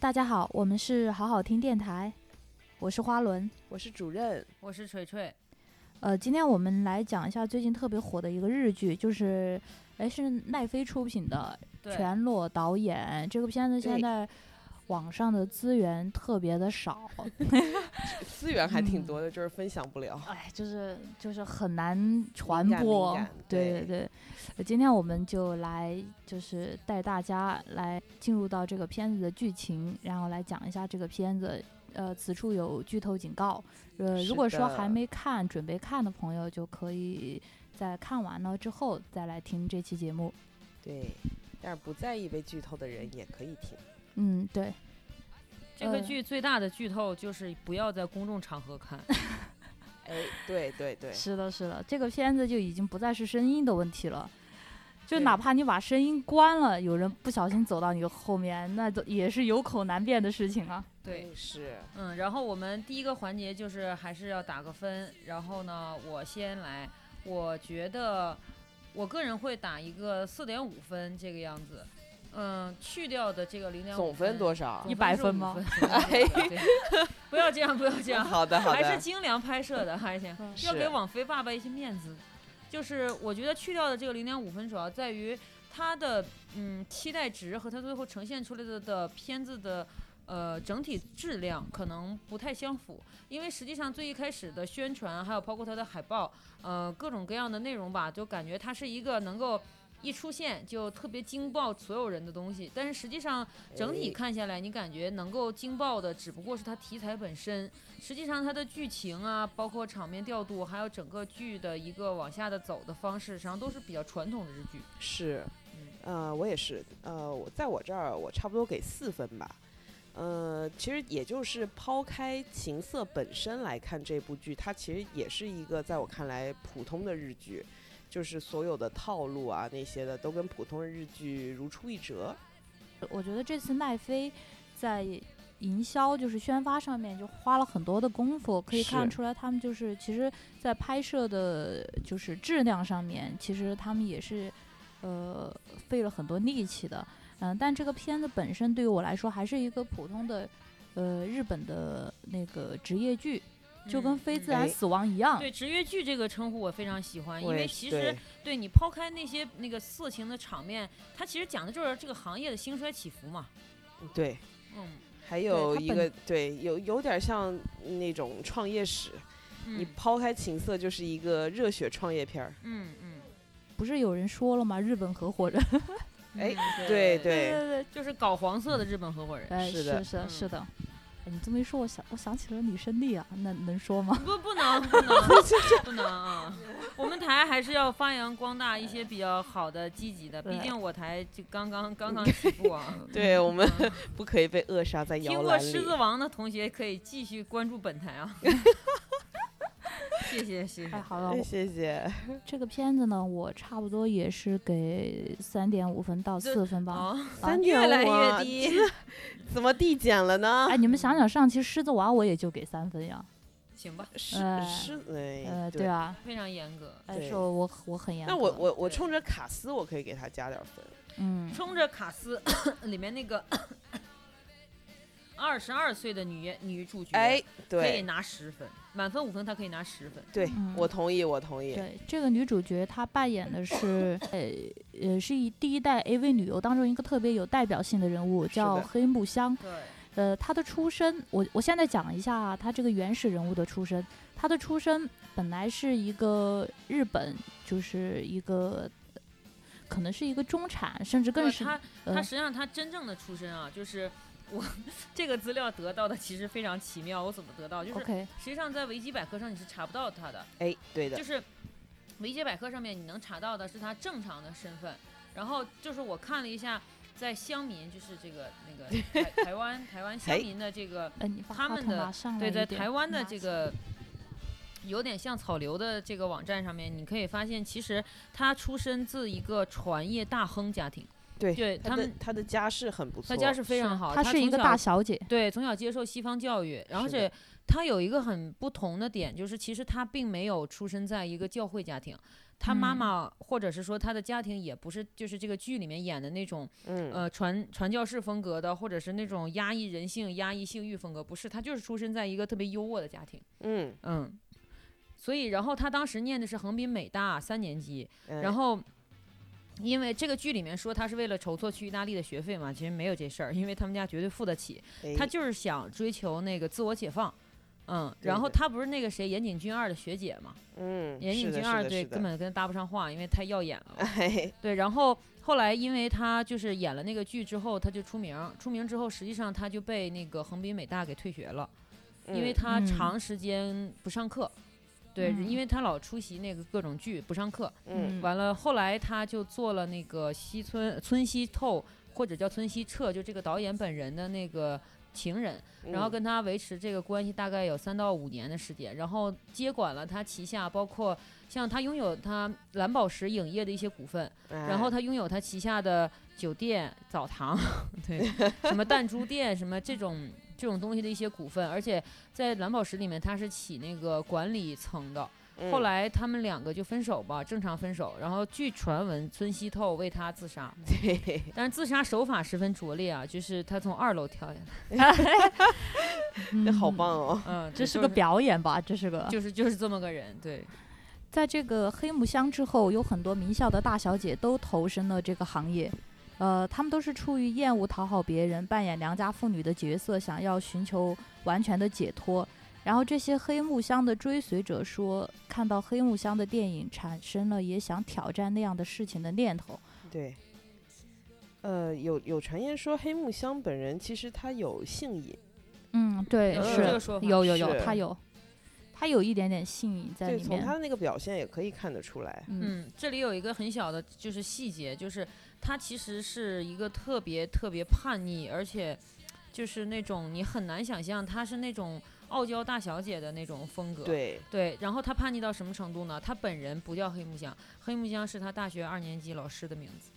大家好，我们是好好听电台，我是花轮。我是主任，我是锤锤，呃，今天我们来讲一下最近特别火的一个日剧，就是，哎，是奈飞出品的《对，全裸导演》这个片子，现对在网上的资源特别的少，资源还挺嗯多的，就是分享不了。哎，就是就是很难传敏感播敏感。 对对对，今天我们就来就是带大家来进入到这个片子的剧情，然后来讲一下这个片子。呃，此处有剧透警告。呃，是如果说的还没看、准备看的朋友，就可以在看完了之后再来听这期节目。对，但是不在意被剧透的人也可以听。嗯，对，这个嗯剧最大的剧透就是不要在公众场合 看，哎，对对对，是的，是的，这个片子就已经不再是声音的问题了，就对哪怕你把声音关了，有人不小心走到你后面，那都也是有口难辩的事情啊。对，是嗯，然后我们第一个环节就是还是要打个分，然后呢，我先来，我觉得我个人会打一个四点五分这个样子，嗯，去掉的这个零点五总分多少总？一百是分 5吗哎分？对 不要这样，不要这嗯样，好的好还是的，精良拍摄的，还行，嗯要是给网飞爸爸一些面子。就是我觉得去掉的这个零点五分，主要在于它的嗯期待值和它最后呈现出来的的片子的呃整体质量可能不太相符，因为实际上最一开始的宣传，还有包括它的海报，呃各种各样的内容吧，就感觉它是一个能够。一出现就特别惊爆所有人的东西，但是实际上整体哎看下来，你感觉能够惊爆的只不过是它题材本身，实际上它的剧情啊，包括场面调度，还有整个剧的一个往下的走的方式，实际上都是比较传统的日剧。是嗯，呃，我也是，呃，我在我这儿我差不多给四分吧。呃，其实也就是抛开情色本身来看，这部剧它其实也是一个在我看来普通的日剧，就是所有的套路啊那些的都跟普通日剧如出一辙。我觉得这次奈飞在营销就是宣发上面就花了很多的功夫，可以看是出来他们就是其实，在拍摄的就是质量上面，其实他们也是呃费了很多力气的。嗯、但这个片子本身对于我来说还是一个普通的呃日本的那个职业剧，就跟《非自然哎死亡》一样。嗯对职业剧这个称呼我非常喜欢，啊因我为也其对实对你抛开那些那个色情的场面，它其实讲的就是这个行业的兴衰起伏嘛。对，嗯还有它一本个对，有有点像那种创业史，你嗯抛开情色，就是一个热血创业片儿。嗯嗯，不是有人说了吗？日本合伙人，哎嗯对对，对，对就是搞黄色的日本合伙人。 哎，是是的是的嗯是的。哎你这么一说，我想我想起了李胜利啊，那能说吗？不，不能，不能，不能啊！我们台还是要发扬光大一些比较好的、积极的。毕对竟我台就刚刚刚刚起 步啊。对我们嗯 不可以被扼杀在听摇过《篮狮里。子王》的同学可以继续关注本台 啊。谢谢谢哎，谢。好了，哎我谢谢。啊这个片子呢，我差不多也是给三点五分到四分吧。哦，三点越来五啊越，低。 怎么递减了呢？哎，你们想想，上期《狮子王》我也就给三分呀，行吧，是哎是，哎呃，，对。啊，非常严格。哎，对是我我我很严格。那我我我对冲着卡斯，我可以给他加点分。嗯，冲着卡斯 里面那个二十二岁的女女主角，哎，可以对拿十分，满分五分，她可以拿十分。对嗯，我同意，我同意。对，这个女主角她扮演的是呃呃是一第一代 AV 女优当中一个特别有代表性的人物，是叫的黑木香。对，呃，他的出身，我我现在讲一下啊他这个原始人物的出身。他的出身本来是一个日本，就是一个可能是一个中产，甚至更对是她呃他实际上他真正的出身啊，就是我 这个资料得到的其实非常奇妙。我怎么得到？就是 OK 实际上在维基百科上你是查不到他的，哎，对的就，是维基百科上面你能查到的是他正常的身份。然后就是我看了一下，在乡民，就是这个那个 台台湾台湾乡哎民的这个呃，你把他话们筒的拿上来对，一在嗯点台湾的拿这个有点像草流的这个网站上面，你可以发现，其实他出身自一个船业大亨家庭，对对他他的们他的家世很不错。他家是非常是好，她是一从个小大小 姐，对，从小接受西方教育，然后是的且他有一个很不同的点，就是其实他并没有出生在一个教会家庭，他妈嗯妈或者是说他的家庭也不是就是这个剧里面演的那种嗯呃传传教士风格的，或者是那种压抑人性、压抑性欲风格，不是，他就是出生在一个特别优渥的家庭，嗯，嗯，所以然后他当时念的是横滨美大三年级，嗯然后。因为这个剧里面说他是为了筹措去意大利的学费嘛，其实没有这事儿，因为他们家绝对付得起。哎他就是想追求那个自我解放，嗯，对然后的他不是那个谁岩井俊二的学姐嘛，嗯，岩井是的俊二是的对是的根本跟他搭不上话，因为太耀眼了。哎，对，然后后来因为他就是演了那个剧之后，他就出名儿，出名之后实际上他就被那个横滨美大给退学了，因为嗯他嗯长时间不上课。对，嗯因为他老出席那个各种剧，不上课。嗯完了，后来他就做了那个西村村西透或者叫村西彻，就这个导演本人的那个情人。然后嗯跟他维持这个关系大概有三到五年的时间，然后接管了他旗下包括像他拥有他蓝宝石影业的一些股份，然后哎他拥有他旗下的酒店、澡堂， 对，什么弹珠店什么这种这种东西的一些股份，而且在蓝宝石里面他是起那个管理层的。后嗯来他们两个就分手吧，正常分手。然后据传闻，村西透为他自杀， 对但是自杀手法十分拙劣啊，就是他从二楼跳下来。这好嗯棒哦， 嗯，这对是就个表演吧？这是个，就是就是这么个人，对，在这个黑木香之后，有很多名校的大小姐都投身了这个行业。呃，她们都是出于厌恶讨好别人，扮演良家妇女的角色，想要寻求完全的解脱。然后这些黑木香的追随者说，看到黑木香的电影，产生了也想挑战那样的事情的念头。对。呃，有有传言说黑木香本人其实他有性瘾，嗯，对，有有呃这个是说法有有有，是她有，她有一点点性瘾在对，里从他面。的那个表现也可以看得出来。嗯嗯，这里有一个很小的就是细节，就是他其实是一个特别特别叛逆，而且就是那种你很难想象他是那种傲娇大小姐的那种风格，对，对然后他叛逆到什么程度呢？他本人不叫黑木香，黑木香是他大学二年级老师的名字，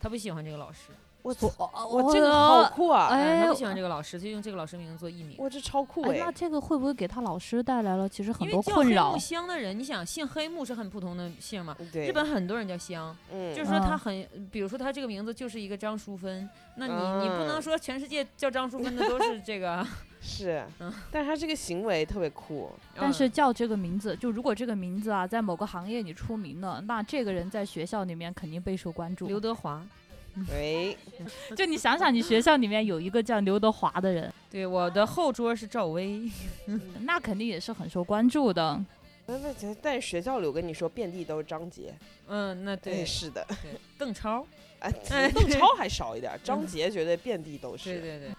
他不喜欢这个老师，我我操，我这个好酷啊！哎他呦不喜欢这个老师，就用这个老师名字做艺名。我这超酷哎，那哎！这个会不会给她老师带来了其实很因多为叫黑困扰木？香的人，你想姓黑木是很普通的姓嘛？对，日本很多人叫香，嗯，就是说他嗯很，比如说他这个名字就是一个张淑芬，那你你不嗯能说全世界叫张淑芬的都是这个，是嗯，但是他这个行为特别酷， 但是嗯叫这个名字，就如果这个名字啊，在某个行业你出名了，那这个人在学校里面肯定备受关注。 刘德华， 哎，就你想想，你学校里面有一个叫刘德华的人，对，我的后桌是赵薇，嗯那肯定也是很受关注的。那那其实但是学校里我跟你说，遍地都是张杰，嗯，那哎对，是 的，对，邓超， 啊，哎邓超还少一点，张杰绝对遍地都对是，对对，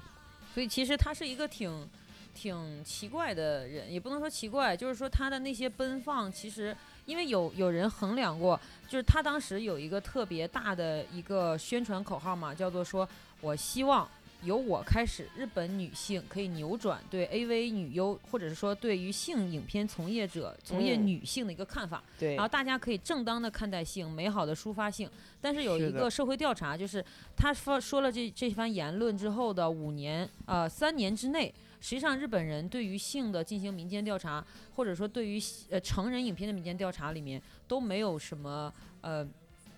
所以其实他是一个挺挺奇怪的人，也不能说奇怪，就是说他的那些奔放，其实因为有有人衡量过，就是他当时有一个特别大的一个宣传口号嘛，叫做说我希望。由我开始，日本女性可以扭转对 AV 女优，或者是说对于性影片从业者、从业嗯女性的一个看法。对然后大家可以正当的看待性，美好的抒发性。但是有是一的个社会调查，就是他说说了这这番言论之后的五年，呃，三年之内，实际上日本人对于性的进行民间调查，或者说对于呃成人影片的民间调查里面都没有什么呃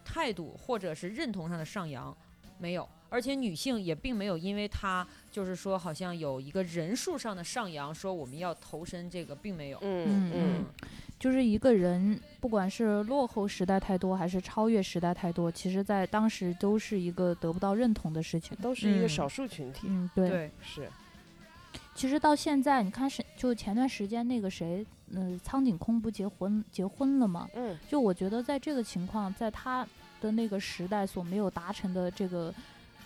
态度或者是认同上的上扬，没有。而且女性也并没有因为她就是说好像有一个人数上的上扬，说我们要投身这个，并没有。嗯嗯嗯，就是一个人，不管是落后时代太多，还是超越时代太多，其实在当时都是一个得不到认同的事情。都是一个嗯少数群体，嗯，对。对，是，其实到现在，你看是就前段时间那个谁，嗯、苍井空不结婚结婚了吗？嗯就我觉得在这个情况，在他的那个时代所没有达成的这个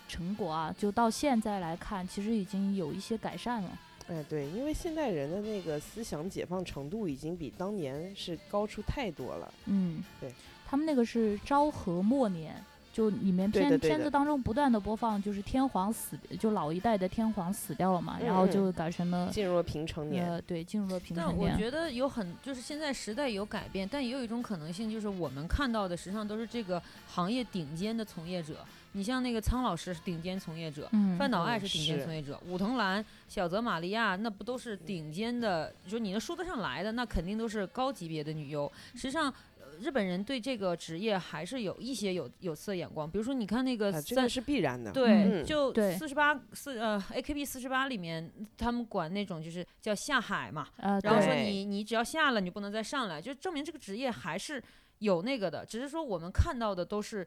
成果啊，就到现在来看，其实已经有一些改善了。哎对，因为现代人的那个思想解放程度已经比当年是高出太多了，嗯，对，他们那个是昭和末年。就里面对片的对片的子当中不断的播放，就是天皇死，就老一代的天皇死掉了嘛，然后嗯嗯就改成了进入了平嗯成年，呃，对，进入了平但成我年。觉得有很，就是现在时代有改变，但也有一种可能性，就是我们看到的实际上都是这个行业顶尖的从业者。你像那个苍老师是顶尖从业者，嗯，范岛爱嗯是顶尖是从业者，武藤兰、小泽玛利亚那不都是顶尖的？就你能说得上来的，那肯定都是高级别的女优。实际上，呃日本人对这个职业还是有一些有有色眼光，比如说你看那个啊，这个三是必然的。呃对，嗯就对四十八四呃 AKB 四十八里面，他们管那种就是叫下海嘛，啊，然后说对你你只要下了，你就不能再上来，就证明这个职业还是有那个的，只是说我们看到的都是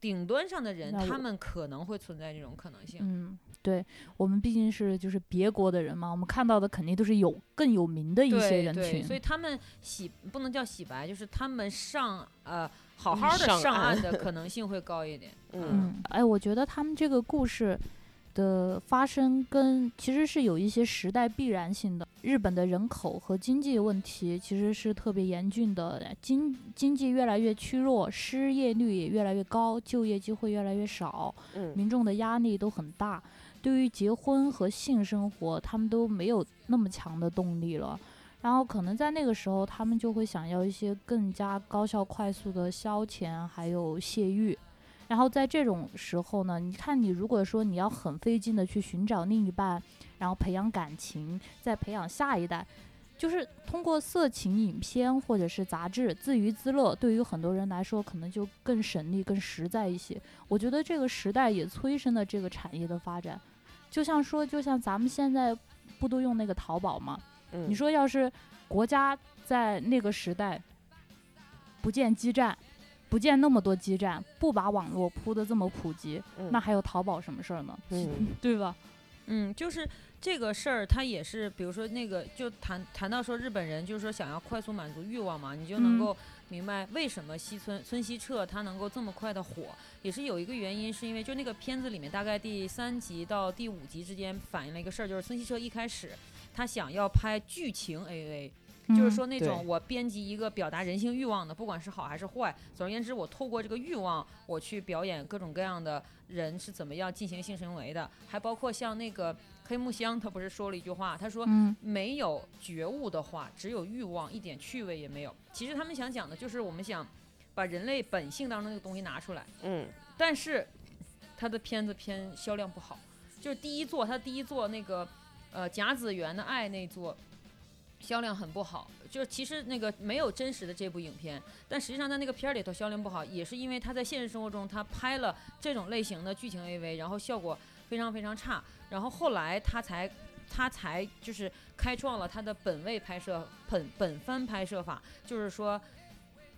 顶端上的人，那他我们可能会存在这种可能性。嗯，对我们毕竟是就是别国的人嘛，我们看到的肯定都是有更有名的一些对人对，群，所以他们洗不能叫洗白，就是他们上呃好好嗯的上上岸 岸的可能性会高一点。嗯，嗯，哎，我觉得他们这个故事的发生跟其实是有一些时代必然性的。日本的人口和经济问题其实是特别严峻的，经经济越来越趋弱，失业率也越来越高，就业机会越来越少，嗯，民众的压力都很大。对于结婚和性生活，他们都没有那么强的动力了。然后可能在那个时候，他们就会想要一些更加高效、快速的消遣，还有泄欲。然后在这种时候呢，你看你如果说你要很费劲的去寻找另一半，然后培养感情，再培养下一代，就是通过色情影片或者是杂志自娱自乐，对于很多人来说可能就更省力、更实在一些。我觉得这个时代也催生了这个产业的发展，就像说，就像咱们现在不都用那个淘宝吗？嗯你说要是国家在那个时代不建基站，不建那么多基站，不把网络铺的这么普及，嗯那还有淘宝什么事儿呢？嗯对吧？嗯，就是这个事儿，它也是，比如说那个，就谈谈到说日本人，就是说想要快速满足欲望嘛，你就能嗯够明白为什么西村村西彻他能够这么快的火，也是有一个原因，是因为就那个片子里面大概第三集到第五集之间反映了一个事儿，就是村西彻一开始他想要拍剧情 AA，就是嗯说那种对我编辑一个表达人性欲望的，不管是好还是坏，总而言之，我透过这个欲望，我去表演各种各样的人是怎么样进行性行为的，还包括像那个黑木香，他不是说了一句话，他说。嗯，没有觉悟的话，只有欲望，一点趣味也没有。其实他们想讲的就是，我们想把人类本性当中那个东西拿出来，嗯但是他的片子偏销量不好，就是第一座，他第一座那个呃甲子园的爱那座。销量很不好，就是其实那个没有真实的这部影片，但实际上在那个片儿里头销量不好，也是因为他在现实生活中他拍了这种类型的剧情 AV，然后效果非常非常差，然后后来他才他才就是开创了他的本位拍摄本本番拍摄法，就是说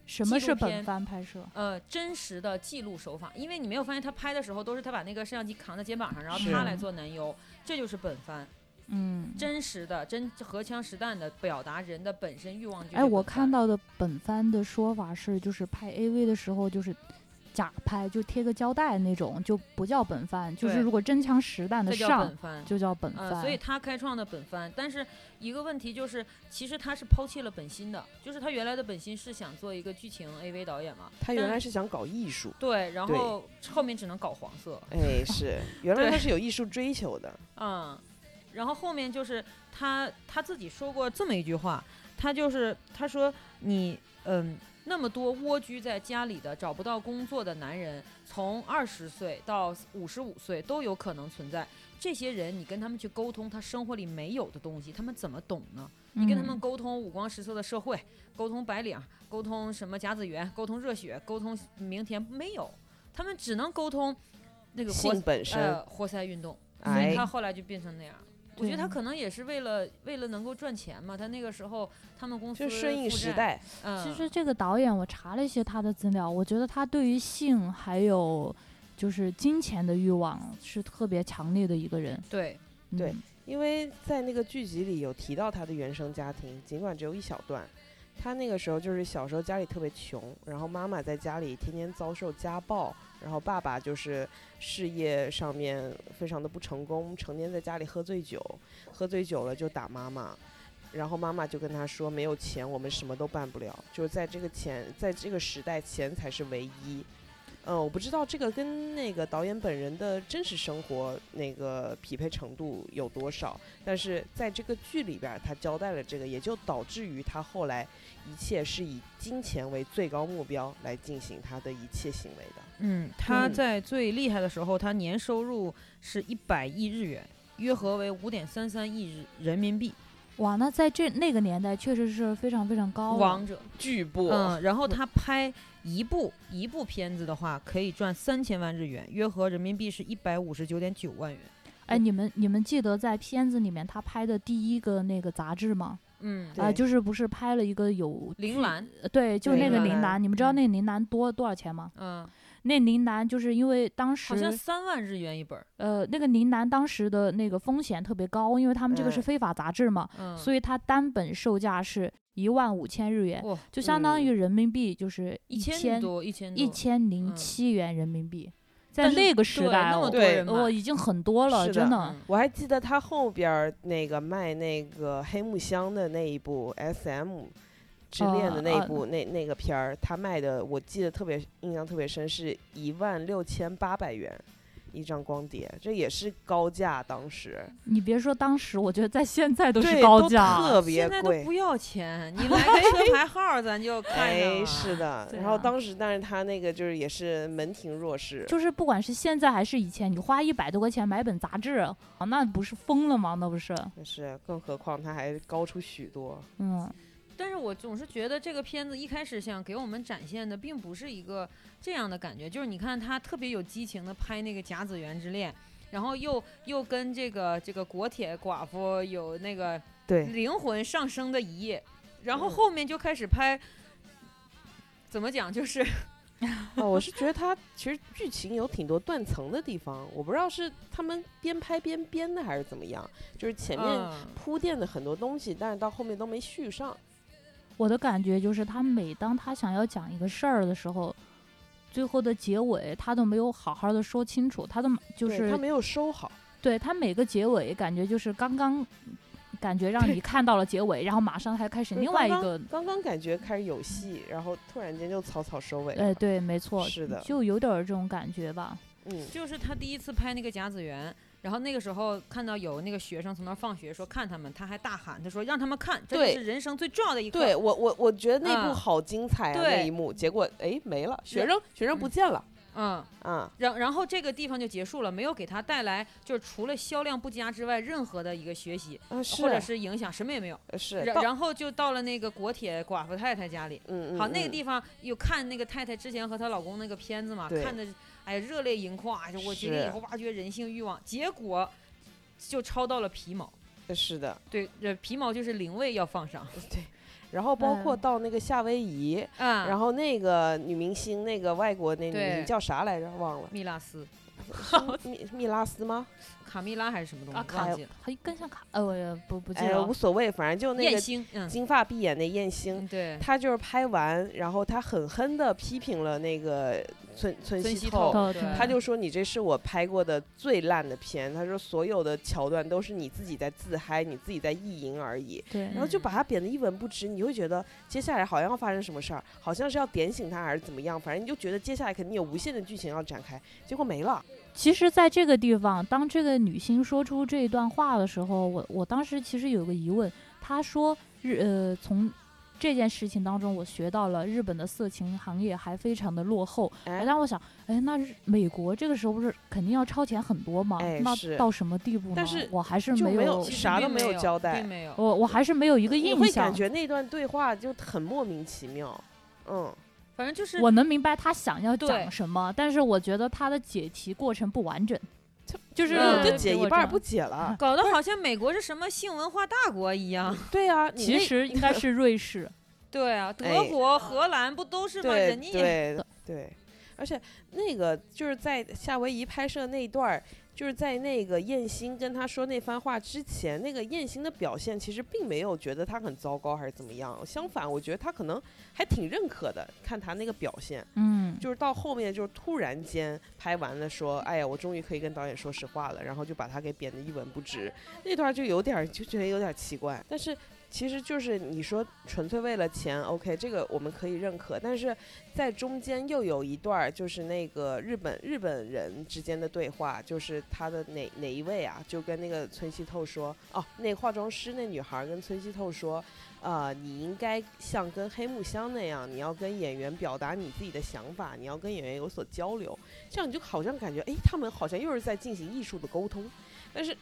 什么纪是录本片番拍摄？呃真实的记录手法，因为你没有发现他拍的时候都是他把那个摄像机扛在肩膀上，然后是他来做男优，这就是本番嗯，真实的真荷枪实弹的表达人的本身欲望就是本哎，番。我看到的本番的说法是，就是拍 AV 的时候就是假拍，就贴个胶带那种，就不叫本番。就是对如果真枪实弹的这叫上本，番。就叫本番。呃，所以他开创的本番，但是一个问题就是，其实他是抛弃了本心的，就是他原来的本心是想做一个剧情 AV 导演嘛，他原但来是想搞艺术，对，然对后后面只能搞黄色， 哎，是原来对他是有艺术追求的。嗯，然后后面就是他他自己说过这么一句话，他就是他说你嗯那么多蜗居在家里的找不到工作的男人，从二十岁到五十五岁都有可能存在。这些人你跟他们去沟通他生活里没有的东西，他们怎么懂呢？你跟他们嗯沟通五光十色的社会，沟通白领，沟通什么甲子园，沟通热血，沟通明天没有，他们只能沟通那个活性本身，呃活塞运动。所以哎他，后来就变成那样。我觉得他可能也是为了为了能够赚钱嘛，他那个时候他们公司就顺应负时债，代。嗯，其实这个导演，我查了一些他的资料，我觉得他对于性还有就是金钱的欲望是特别强烈的一个人。对，对嗯因为在那个剧集里有提到他的原生家庭，尽管只有一小段，他那个时候就是小时候家里特别穷，然后妈妈在家里天天遭受家暴，然后爸爸就是事业上面非常的不成功，成天在家里喝醉酒，喝醉酒了就打妈妈。然后妈妈就跟他说：“没有钱，我们什么都办不了。就是在这个钱，在这个时代，钱才是唯一。”嗯，我不知道这个跟那个导演本人的真实生活那个匹配程度有多少，但是在这个剧里边儿，他交代了这个，也就导致于他后来一切是以金钱为最高目标来进行他的一切行为的。嗯，他嗯在最厉害的时候，他年收入是一百亿日元，约合为五点三三亿日人民币。哇，那在这那个年代确实是非常非常哦高了。王者。巨播，嗯，然后他拍一部一部片子的话，可以赚三千万日元，约合人民币是一百五十九点九万元。哎，你们你们记得在片子里面他拍的第一个那个杂志吗？嗯，啊、对就是不是拍了一个有铃兰，呃对，就是对那个铃铃兰兰，你们知道嗯那个铃兰多多少钱吗？嗯，那铃兰就是因为当时好像三万日元一本儿。呃，那个铃兰当时的那个风险特别高，因为他们这个是嗯非法杂志嘛，嗯，所以它单本售价是一万五千日元，哇，就相当嗯于人民币就是一千多，一千多，一千零嗯七元人民币，在但是那个时对代那么哦，多对人买哦，已经很多了，是真的的。嗯我还记得他后边儿那个卖那个黑木香的那一部 S.M. 之恋的那哦一哦部、那那个片儿，他卖的我记得特别印象特别深，是一万六千八百元一张光碟，这也是高价当时，你别说当时，我觉得在现在都是对高都价，特别现在都贵不。要钱，你 来个车牌号儿，咱就看上哎，了。啊是的，对然后啊当时，但是他那个就是也是门庭若市，就是不管是现在还是以前，你花一百多块钱买本杂志，啊那不是疯了吗？那不是，但是更何况他还高出许多。嗯，但是我总是觉得这个片子一开始想给我们展现的，并不是一个这样的感觉，就是你看他特别有激情的拍那个《甲子园之恋》，然后又又跟这个这个国铁寡妇有那个对，灵魂上升的一夜，然后嗯后面就开始拍，怎么讲就是哦，我是觉得它其实剧情有挺多断层的地方，我不知道是他们边拍边编的还是怎么样，就是前面嗯铺垫的很多东西，但是到后面都没续上。我的感觉就是，他每当他想要讲一个事儿的时候，最后的结尾他都没有好好的说清楚，他都就对是他没有收好，对他每个结尾感觉就是刚刚。感觉让对你看到了结尾，然后马上还开始就是另外一刚个，刚刚感觉开始有戏，然后突然间就草草收尾了。哎，对，没错，是的就有点儿这种感觉吧。嗯，就是他第一次拍那个甲子园，然后那个时候看到有那个学生从那儿放学说看他们，他还大喊，他说让他们看，这对就是人生最重要的一刻。对我我我觉得那部嗯好精彩啊，那对一幕，结果哎没了，学人生学生不见了嗯，啊。然然后这个地方就结束了，没有给他带来就是除了销量不佳之外任何的一个学习啊，是或者是影响，什么也没有。是然到然后就到了那个国铁寡妇太太家里。嗯嗯好，那个嗯地方有看那个太太之前和她老公那个片子嘛，对看的哎呀热泪盈眶，哎呀我决定是以后挖掘人性欲望，结果就超到了皮毛。是的，对，呃，皮毛就是灵位要 放上，然后包括嗯到那个夏威夷，嗯，然后那个女明星，那个外国那女对明叫啥来着？忘 了，蜜拉斯、是蜜蜜拉斯吗？卡蜜拉还是什么东啊西，卡忘记了。还更像卡，呃，我也不不记哎得呀，了无。所谓，反正就那艳个星，嗯，金发碧眼的艳星，嗯对，她就是拍完，然后她狠狠的批评了那个村村孙西希透。透对对她就说：“你这是我拍过的最烂的片。”她说：“所有的桥段都是你自己在自嗨，你自己在意淫而已。”对然后就把他贬得一文不值，你会觉得接下来好像要发生什么事儿，好像是要点醒他还是怎么样，反正你就觉得接下来肯定有无限的剧情要展开，结果没了。其实，在这个地方，当这个女星说出这一段话的时候，我我当时其实有个疑问，她说日呃从。这件事情当中，我学到了日本的色情行业还非常的落后。哎哎，但我想，哎，那日美国这个时候不是肯定要超前很多吗？哎那是到什么地步呢？但是我还是就没没有，有其实啥并都没有有交代并没有。我我还是没有一个你印会象感。觉那段对话就很莫名其妙。嗯，反正就是我能明白她想要对讲什么，但是我觉得她的解题过程不完整，就是嗯就给解我一这半儿样不解了。 搞得好像美国是什么性文化大国一样。对啊，你其那实应该 是瑞士。对啊，德哎国、荷兰不都是吗？对人家也对对，而且那个就是在夏威夷拍摄那一段儿，就是在那个燕星跟他说那番话之前，那个燕星的表现其实并没有觉得他很糟糕还是怎么样，相反，我觉得他可能还挺认可的。看他那个表现，嗯，就是到后面就是突然间拍完了说，哎呀，我终于可以跟导演说实话了，然后就把他给贬得一文不值，那段就有点儿就觉得有点儿奇怪。但是其实就是你说纯粹为了钱，OK，这个我们可以认可，但是在中间又有一段儿就是那个日本日本人之间的对话，就是他的哪哪一位啊，就跟那个村西透说，哦，那化妆师那女孩儿跟村西透说，啊，你应该像跟黑木香那样，你要跟演员表达你自己的想法，你要跟演员有所交流，这样你就好像感觉，哎，他们好像又是在进行艺术的沟通，但是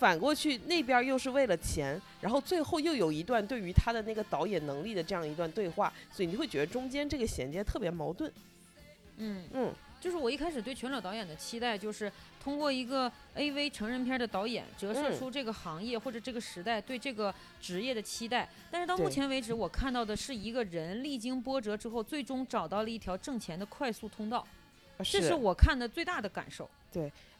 反过去那边又是为了钱，然后最后又有一段对于他的那个导演能力的这样一段对话，所以你会觉得中间这个衔接特别矛盾。嗯，嗯，就是我一开始对全裸导演的期待，就是通过一个 AV 成人片的导演，折射嗯出这个行业或者这个时代对这个职业的期待。但是到目对前为止，我看到的是一个人历经波折之后，最终找到了一条挣钱的快速通道，这是我看的最大的感受。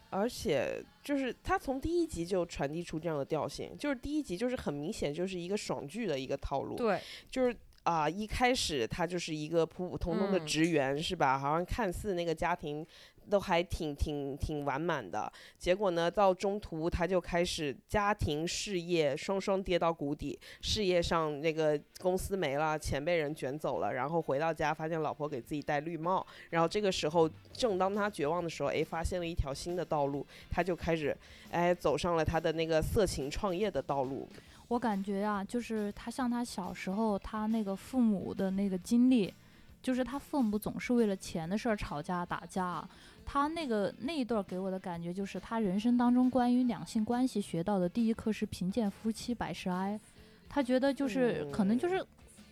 而且就是他从第一集就传递出这样的调性，就是第一集就是很明显就是一个爽剧的一个套路，对，就是啊、一开始他就是一个普普通通的嗯职员、是吧？好像看似那个家庭都还挺挺挺完满的，结果呢，到中途他就开始家庭事业双双跌到谷底，事业上那个公司没了，钱被人卷走了，然后回到家发现老婆给自己戴绿帽，然后这个时候正当他绝望的时候，哎，发现了一条新的道路，他就开始哎走上了他的那个色情创业的道路，我感觉啊，就是他像他小时候他那个父母的那个经历，就是他父母总是为了钱的事儿吵架打架。啊他那个那一段儿给我的感觉就是，他人生当中关于两性关系学到的第一课是贫贱夫妻百事哀。他觉得就是、可能就是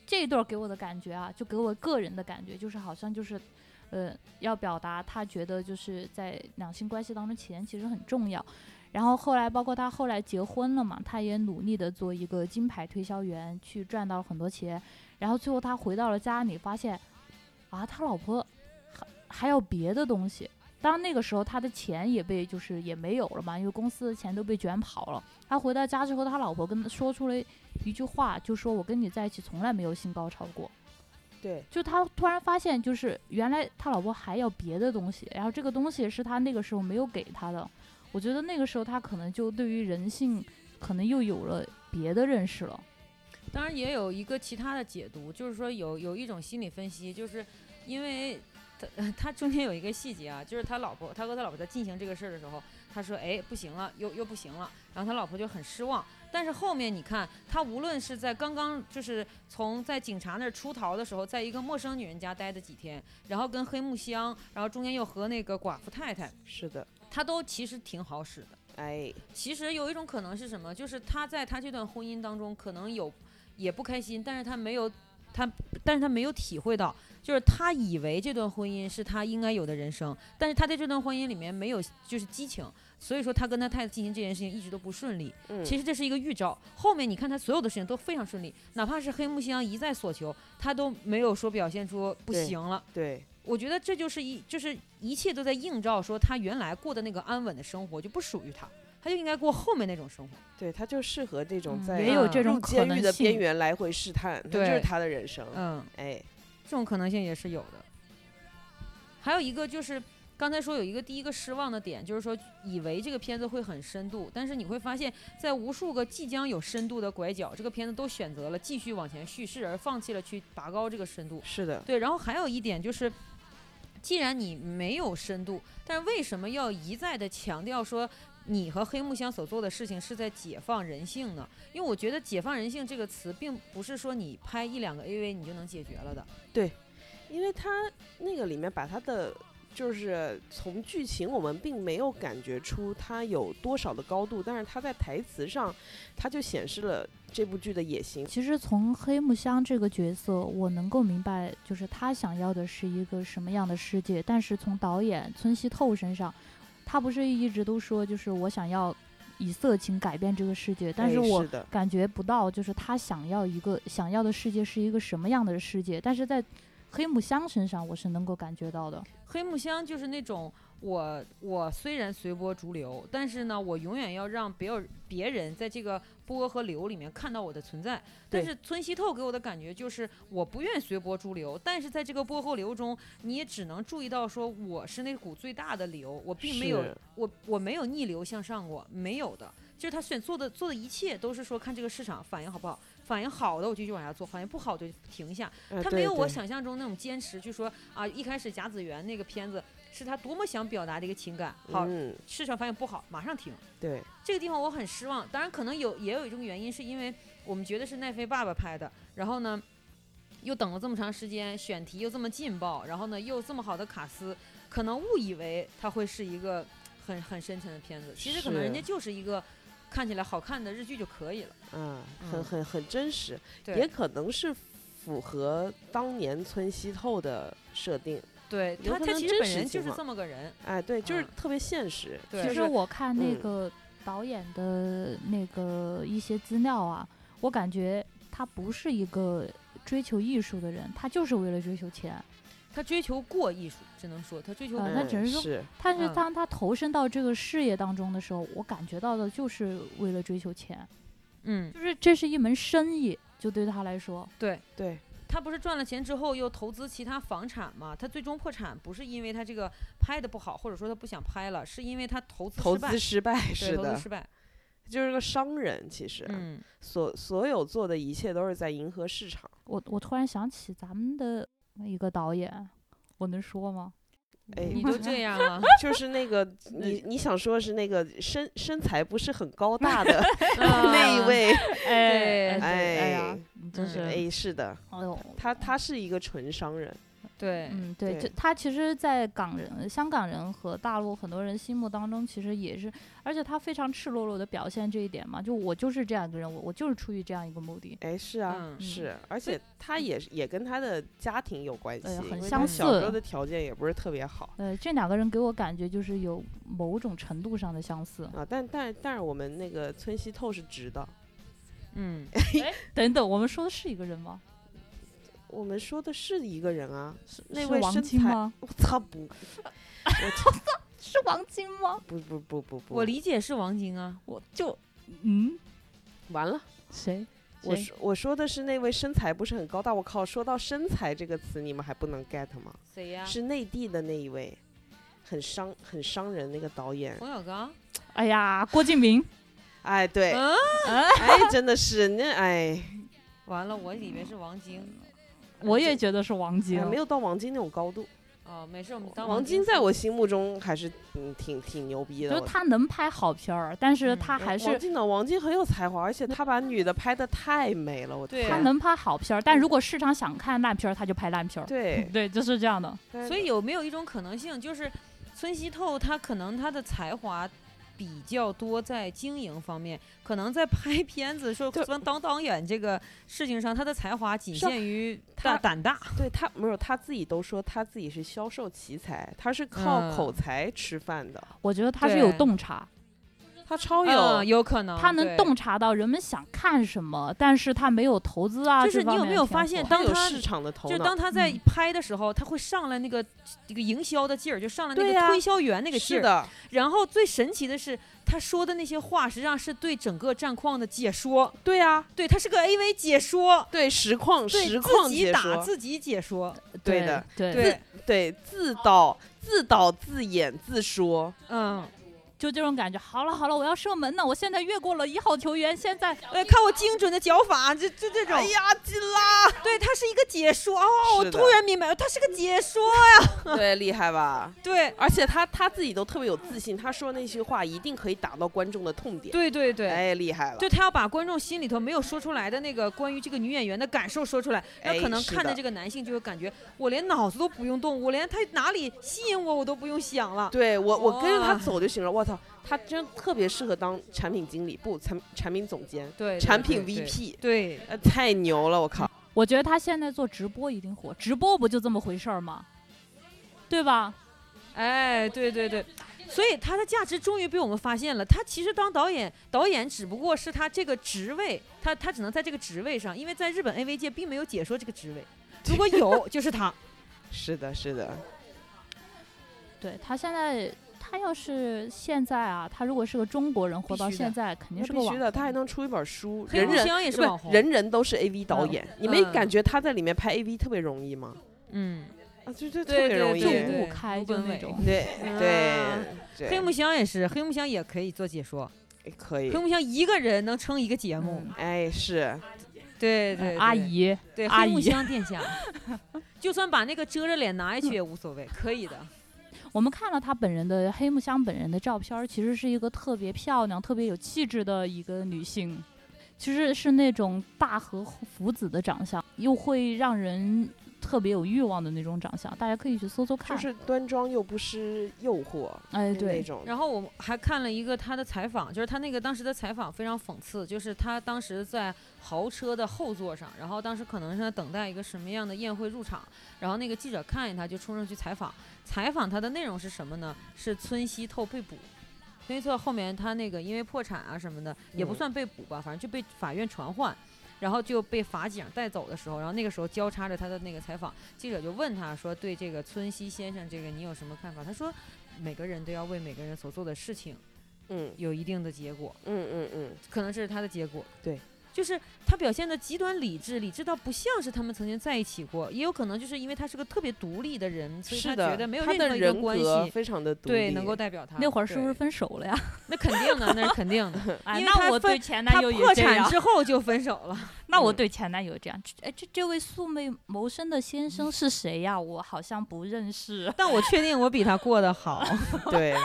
这一段儿给我的感觉啊，就给我个人的感觉就是好像就是，呃，要表达他觉得就是在两性关系当中钱其实很重要。然后后来，包括他后来结婚了嘛，他也努力的做一个金牌推销员，去赚到了很多钱。然后最后他回到了家里，发现，啊，他老婆还还有别的东西。当然那个时候他的钱也被就是也没有了嘛，因为公司的钱都被卷跑了。他回到家之后，他老婆跟他说出了一句话，就说我跟你在一起从来没有性高潮过。对。就他突然发现，就是原来他老婆还有别的东西，然后这个东西是他那个时候没有给他的。我觉得那个时候他可能就对于人性，可能又有了别的认识了。当然也有一个其他的解读，就是说有有一种心理分析，就是因为他 他中间有一个细节啊，就是他老婆他和他老婆在进行这个事儿的时候，他说哎不行了，又又不行了，然后他老婆就很失望。但是后面你看，他无论是在刚刚就是从在警察那儿出逃的时候，在一个陌生女人家待的几天，然后跟黑木香，然后中间又和那个寡妇太太，是的，他都其实挺好使的。哎，其实有一种可能是什么？就是他在他这段婚姻当中可能有也不开心，但是他没有他，但是他没有体会到，就是他以为这段婚姻是他应该有的人生，但是他在这段婚姻里面没有就是激情，所以说他跟他太太进行这件事情一直都不顺利。嗯，其实这是一个预兆，后面你看他所有的事情都非常顺利，哪怕是黑木香一再索求，他都没有说表现出不对行了。对，我觉得这就是一，就是一切都在映照说他原来过的那个安稳的生活就不属于他，他就应该过后面那种生活。对，他就适合这种嗯在也有这入种可监能狱的边性缘来回试探，他就对是他的人生。嗯，哎，这种可能性也是有的。还有一个就是刚才说有一个第一个失望的点，就是说以为这个片子会很深度，但是你会发现在无数个即将有深度的拐角，这个片子都选择了继续往前叙事，而放弃了去拔高这个深度。是的，对，然后还有一点就是，既然你没有深度，但是为什么要一再的强调说你和黑木香所做的事情是在解放人性呢？因为我觉得“解放人性”这个词，并不是说你拍一两个 AV 你就能解决了的。因为他那个里面把他的就是从剧情我们并没有感觉出他有多少的高度，但是他在台词上，他就显示了这部剧的野心。其实从黑木香这个角色，我能够明白，就是他想要的是一个什么样的世界。但是从导演村西透身上，他不是一直都说，就是我想要以色情改变这个世界，但哎是我的，感觉不到，就是他想要一个想要的世界是一个什么样的世界，但是在黑木香身上我是能够感觉到的。黑木香就是那种我我虽然随波逐流，但是呢，我永远要让别有别人在这个波和流里面看到我的存在。但对是村西透给我的感觉就是，我不愿随波逐流，但是在这个波和流中，你也只能注意到说我是那股最大的流，我并没有是我我没有逆流向上过，没有的。就是他选做的做的一切都是说看这个市场反应好不好，反应好的我就继续往下做，反应不好就停下。呃他对没有我对想象中那种坚持，就说啊，一开始甲子园那个片子是他多么想表达的一个情感，好，嗯，市场反应不好，马上停。对，这个地方我很失望，当然可能有也有一种原因，是因为我们觉得是奈飞爸爸拍的，然后呢，又等了这么长时间，选题又这么劲爆，然后呢又这么好的卡斯，可能误以为它会是一个很很深沉的片子，其实可能是人家就是一个看起来好看的日剧就可以了。嗯，嗯很很很真实，对也可能是符合当年村西透的设定。对有他，可他能其实真本实人情就是况这么个人。哎，对，就是嗯特别现实。对就其是实我看那嗯个导演的那个一些资料啊，我感觉他不是一个追求艺术的人，他就是为了追求钱。他追求过艺术，只啊能说他追求呃过那嗯只是说是但是嗯当他投身到这个事业当中的时候，我感觉到的就是为了追求钱，嗯，就是这是一门生意，就对他来说，对对，他不是赚了钱之后又投资其他房产嘛？他最终破产不是因为他这个拍的不好，或者说他不想拍了，是因为他投资投失败，资失败对是投的啊资，失败。就是个商人。其实嗯，所所有做的一切都是在迎合市场。我我突然想起咱们的一个导演，我能说吗？哎，你 都这样 了，啊就是那个你你想说是那个身身材不是很高大的那那一，位，啊对 哎对哎呀哎，你真嗯是，哎哎，是的，呦，他他是一个纯商人，哎对，嗯，对，对就他其实，在港人、香港人和大陆很多人心目当中，其实也是，而且他非常赤裸裸的表现这一点嘛，就我就是这样一个人，我我就是出于这样一个目的，哎，是啊，嗯是，而且他也是也跟他的家庭有关系，哎很因为相他小时候似的条件也不是特别好呃，这两个人给我感觉就是有某种程度上的相似。啊，但但但是我们那个村西透是直的，嗯，哎等等，我们说的是一个人吗？我们说的是一个人啊，是那是位王身晶材，吗？我操不，我操是王晶吗？不不不不不，我理解是王晶啊，我就嗯，完了。谁？我谁说我说的是那位身材不是很高大，我靠！说到身材这个词，你们还不能 get 吗？谁啊呀是内地的那一位，很伤很伤人那个导演。冯小刚，哎呀，郭敬明。哎，对，嗯，哎，真的是那哎，完了，我以为是王晶，我也这觉得是王晶，啊哎没有到王晶那种高度。哦，没事，我们当王晶晶在我心目中还是嗯挺挺牛逼的。就我他能拍好片儿，但是嗯他还是王晶呢，王晶很有才华，而且他把女的拍的太美了，我对天！啊他能拍好片儿，但如果市场想看烂片儿，他就拍烂片儿。 对，对，就是这样的。嗯所以有没有一种可能性，就是村西透他可能他的才华比较多在经营方面，可能在拍 片子说对当当导演这个事情上，他的才华仅是啊限于他大胆大。对他没有他自己都说他自己是销售奇才，他是靠嗯口才吃饭的，我觉得他是有对洞察，他超有。嗯，有可能他能对洞察到人们想看什么，但是他没有投资啊。就是这方你有面没有的发天现赋当有他市场的头就脑，当他在嗯拍的时候，他会上来那个这个营销的劲儿，就上来那对个呀推销员那个劲是儿。的，然后最神奇的是，他说的那些话实际上是对整个战况的解说，对啊，对他是个 AV 解说，对实况对实况自己解打说，自己解说，对对的，对，对，对自导自导自演自说，嗯，就这种感觉。好了好了，我要射门呢，我现在越过了一号球员，现 在呃，看我精准的脚法，就就这种，哎呀进啦，对，他是一个解说哦，是我的突然明白了，他是个解说，对厉害吧？对，而且他他自己都特别有自信，他说那些话一定可以打到观众的痛点，对对对。哎厉害了，就他要把观众心里头没有说出来的那个关于这个女演员的感受说出来，那哎可能是看着的这个男性就会感觉我连脑子都不用动，我连他哪里吸引我我都不用想了。对我我跟着他哇走就行了，我操，他真特别适合当产品经理，不产产品总监，对，对产品对嗯 VP，对，呃太牛了，我靠，我觉得他现在做直播一定火，直播不就这么回事儿吗？对吧？哎，对对对，所以他的价值终于被我们发现了。他其实当导演，导演只不过是他这个职位，他他只能在这个职位上，因为在日本 AV 界并没有解说这个职位，如果有就是他。是的是的，对他现在，他要是现在啊，他如果是个中国人活必到须的现在，肯定那是个必网须的，他还能出一本书，黑人木人香也是不网红，人人都是 AV 导嗯演，你没嗯感觉他在里面拍 AV 特别容易吗？嗯，啊，就就特对别对容易，就对五五开卢就本那伟种。对啊对，黑木香也是，黑木香也可以做解说，对可以黑，木香一个人能撑一个节目嗯，哎是，对对，对阿，姨，对阿黑木姨香殿下， 就算把那个遮着脸拿下去也无所谓，可以的，我们看了她本人的黑木香本人的照片儿，其实是一个特别漂亮、特别有气质的一个女性，其实是那种大和福子的长相，又会让人特别有欲望的那种长相，大家可以去搜搜看。就是端庄又不失诱惑，哎，就那对，种。然后我还看了一个他的采访，就是他那个当时的采访非常讽刺，就是他当时在豪车的后座上，然后当时可能是在等待一个什么样的宴会入场，然后那个记者看见他就冲上去采访，采访他的内容是什么呢？是村西透被捕。村西透后面他那个因为破产啊什么的，也不嗯算被捕吧，反正就被法院传唤，然后就被法警带走的时候，然后那个时候交叉着他的那个采访，记者就问他说：“对这个村西先生，这个你有什么看法？”他说：“每个人都要为每个人所做的事情嗯有一定的结果，嗯嗯嗯，可能这是他的结果。”对。就是他表现的极端理智，理智到不像是他们曾经在一起过，也有可能就是因为他是个特别独立的人，所以是他的，觉得没有他任何的一个人关格系非常的独立，对能够代表他。那会儿是不是对分手了 呀？那肯定的，那是肯定 的。哎，因为那他我分对前他男友破也这产样，之后就分手了，那我嗯对前男友这样。这哎，这这位素昧谋生的先生是谁呀？我好像不认识。 但我确定我比他过得好，对，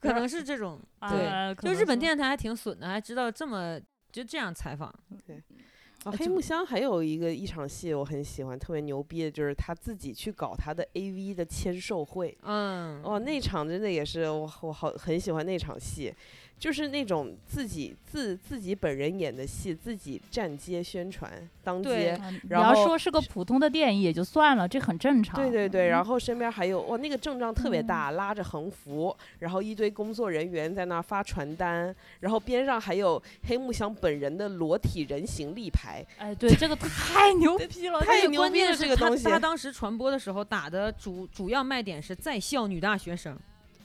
可能是这种。 对啊可就能日本是电视台还挺损的，还知道这么就这样采访。啊，呃黑就木香还有一个一场戏我很喜欢，特别牛逼的就是他自己去搞他的 AV 的签售会。嗯，哦，那场真的也是我我好很喜欢那场戏，就是那种自己自自己本人演的戏，自己站街宣传当对街。啊你然要后说是个普通的电影也就算了，这很正常。对对对，嗯然后身边还有哇，那个阵仗特别大，拉着横幅，然后一堆工作人员在那儿发传单，然后边上还有黑木香本人的裸体人形立牌，哎，对，这个太牛逼了，太这个牛关逼键了是这个他东西他当时传播的时候打的主主要卖点是在校女大学生，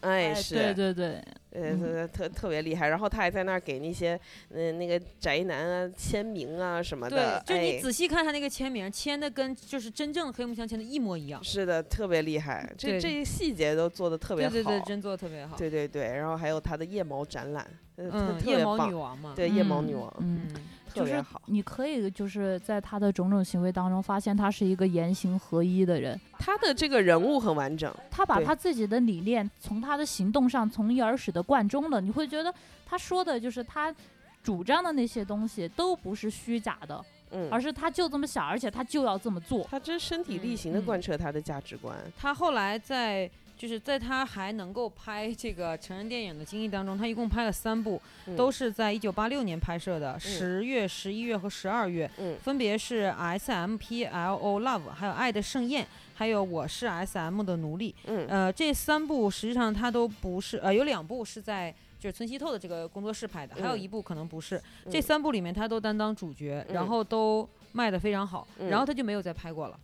哎哎是，对对对，呃，嗯特特特别厉害，然后他还在那儿给那些嗯、呃那个宅男啊签名啊什么对的，，就哎你仔细看他那个签名，签的跟就是真正的黑木香签的一模一样。是的，特别厉害，这嗯对这些细节都做的特别对好，对对，真做的特别好。对对对然后还有他的腋毛展览，呃特嗯，特夜别猫女棒，王嘛。对腋毛女嗯王，嗯，嗯，特就别是好，你可以就是在他的种种行为当中发现他是一个言行合一的人，他的这个人物很完整，他把对他自己的理念从他的行动上从一而始的贯中了，你会觉得他说的就是他。主张的那些东西都不是虚假的，嗯而，是他就这么想，而且他就要这么做。他真身体力嗯行的嗯贯彻他的价值观，他后来在就是在他还能够拍这个成人电影的经历当中，他一共拍了三部，嗯都是在一九八六年拍摄的，十月、十一月和十二月，嗯分别是 S M P L O Love，还有《爱的盛宴》，还有《我是 S M 的奴隶》。嗯呃，这三部实际上它都不是，呃，有两部是在就是村西透的这个工作室拍的，还有嗯一部可能不是。嗯这三部里面他都担当主角，嗯然后都卖得非常好，嗯然后他就没有再拍过了。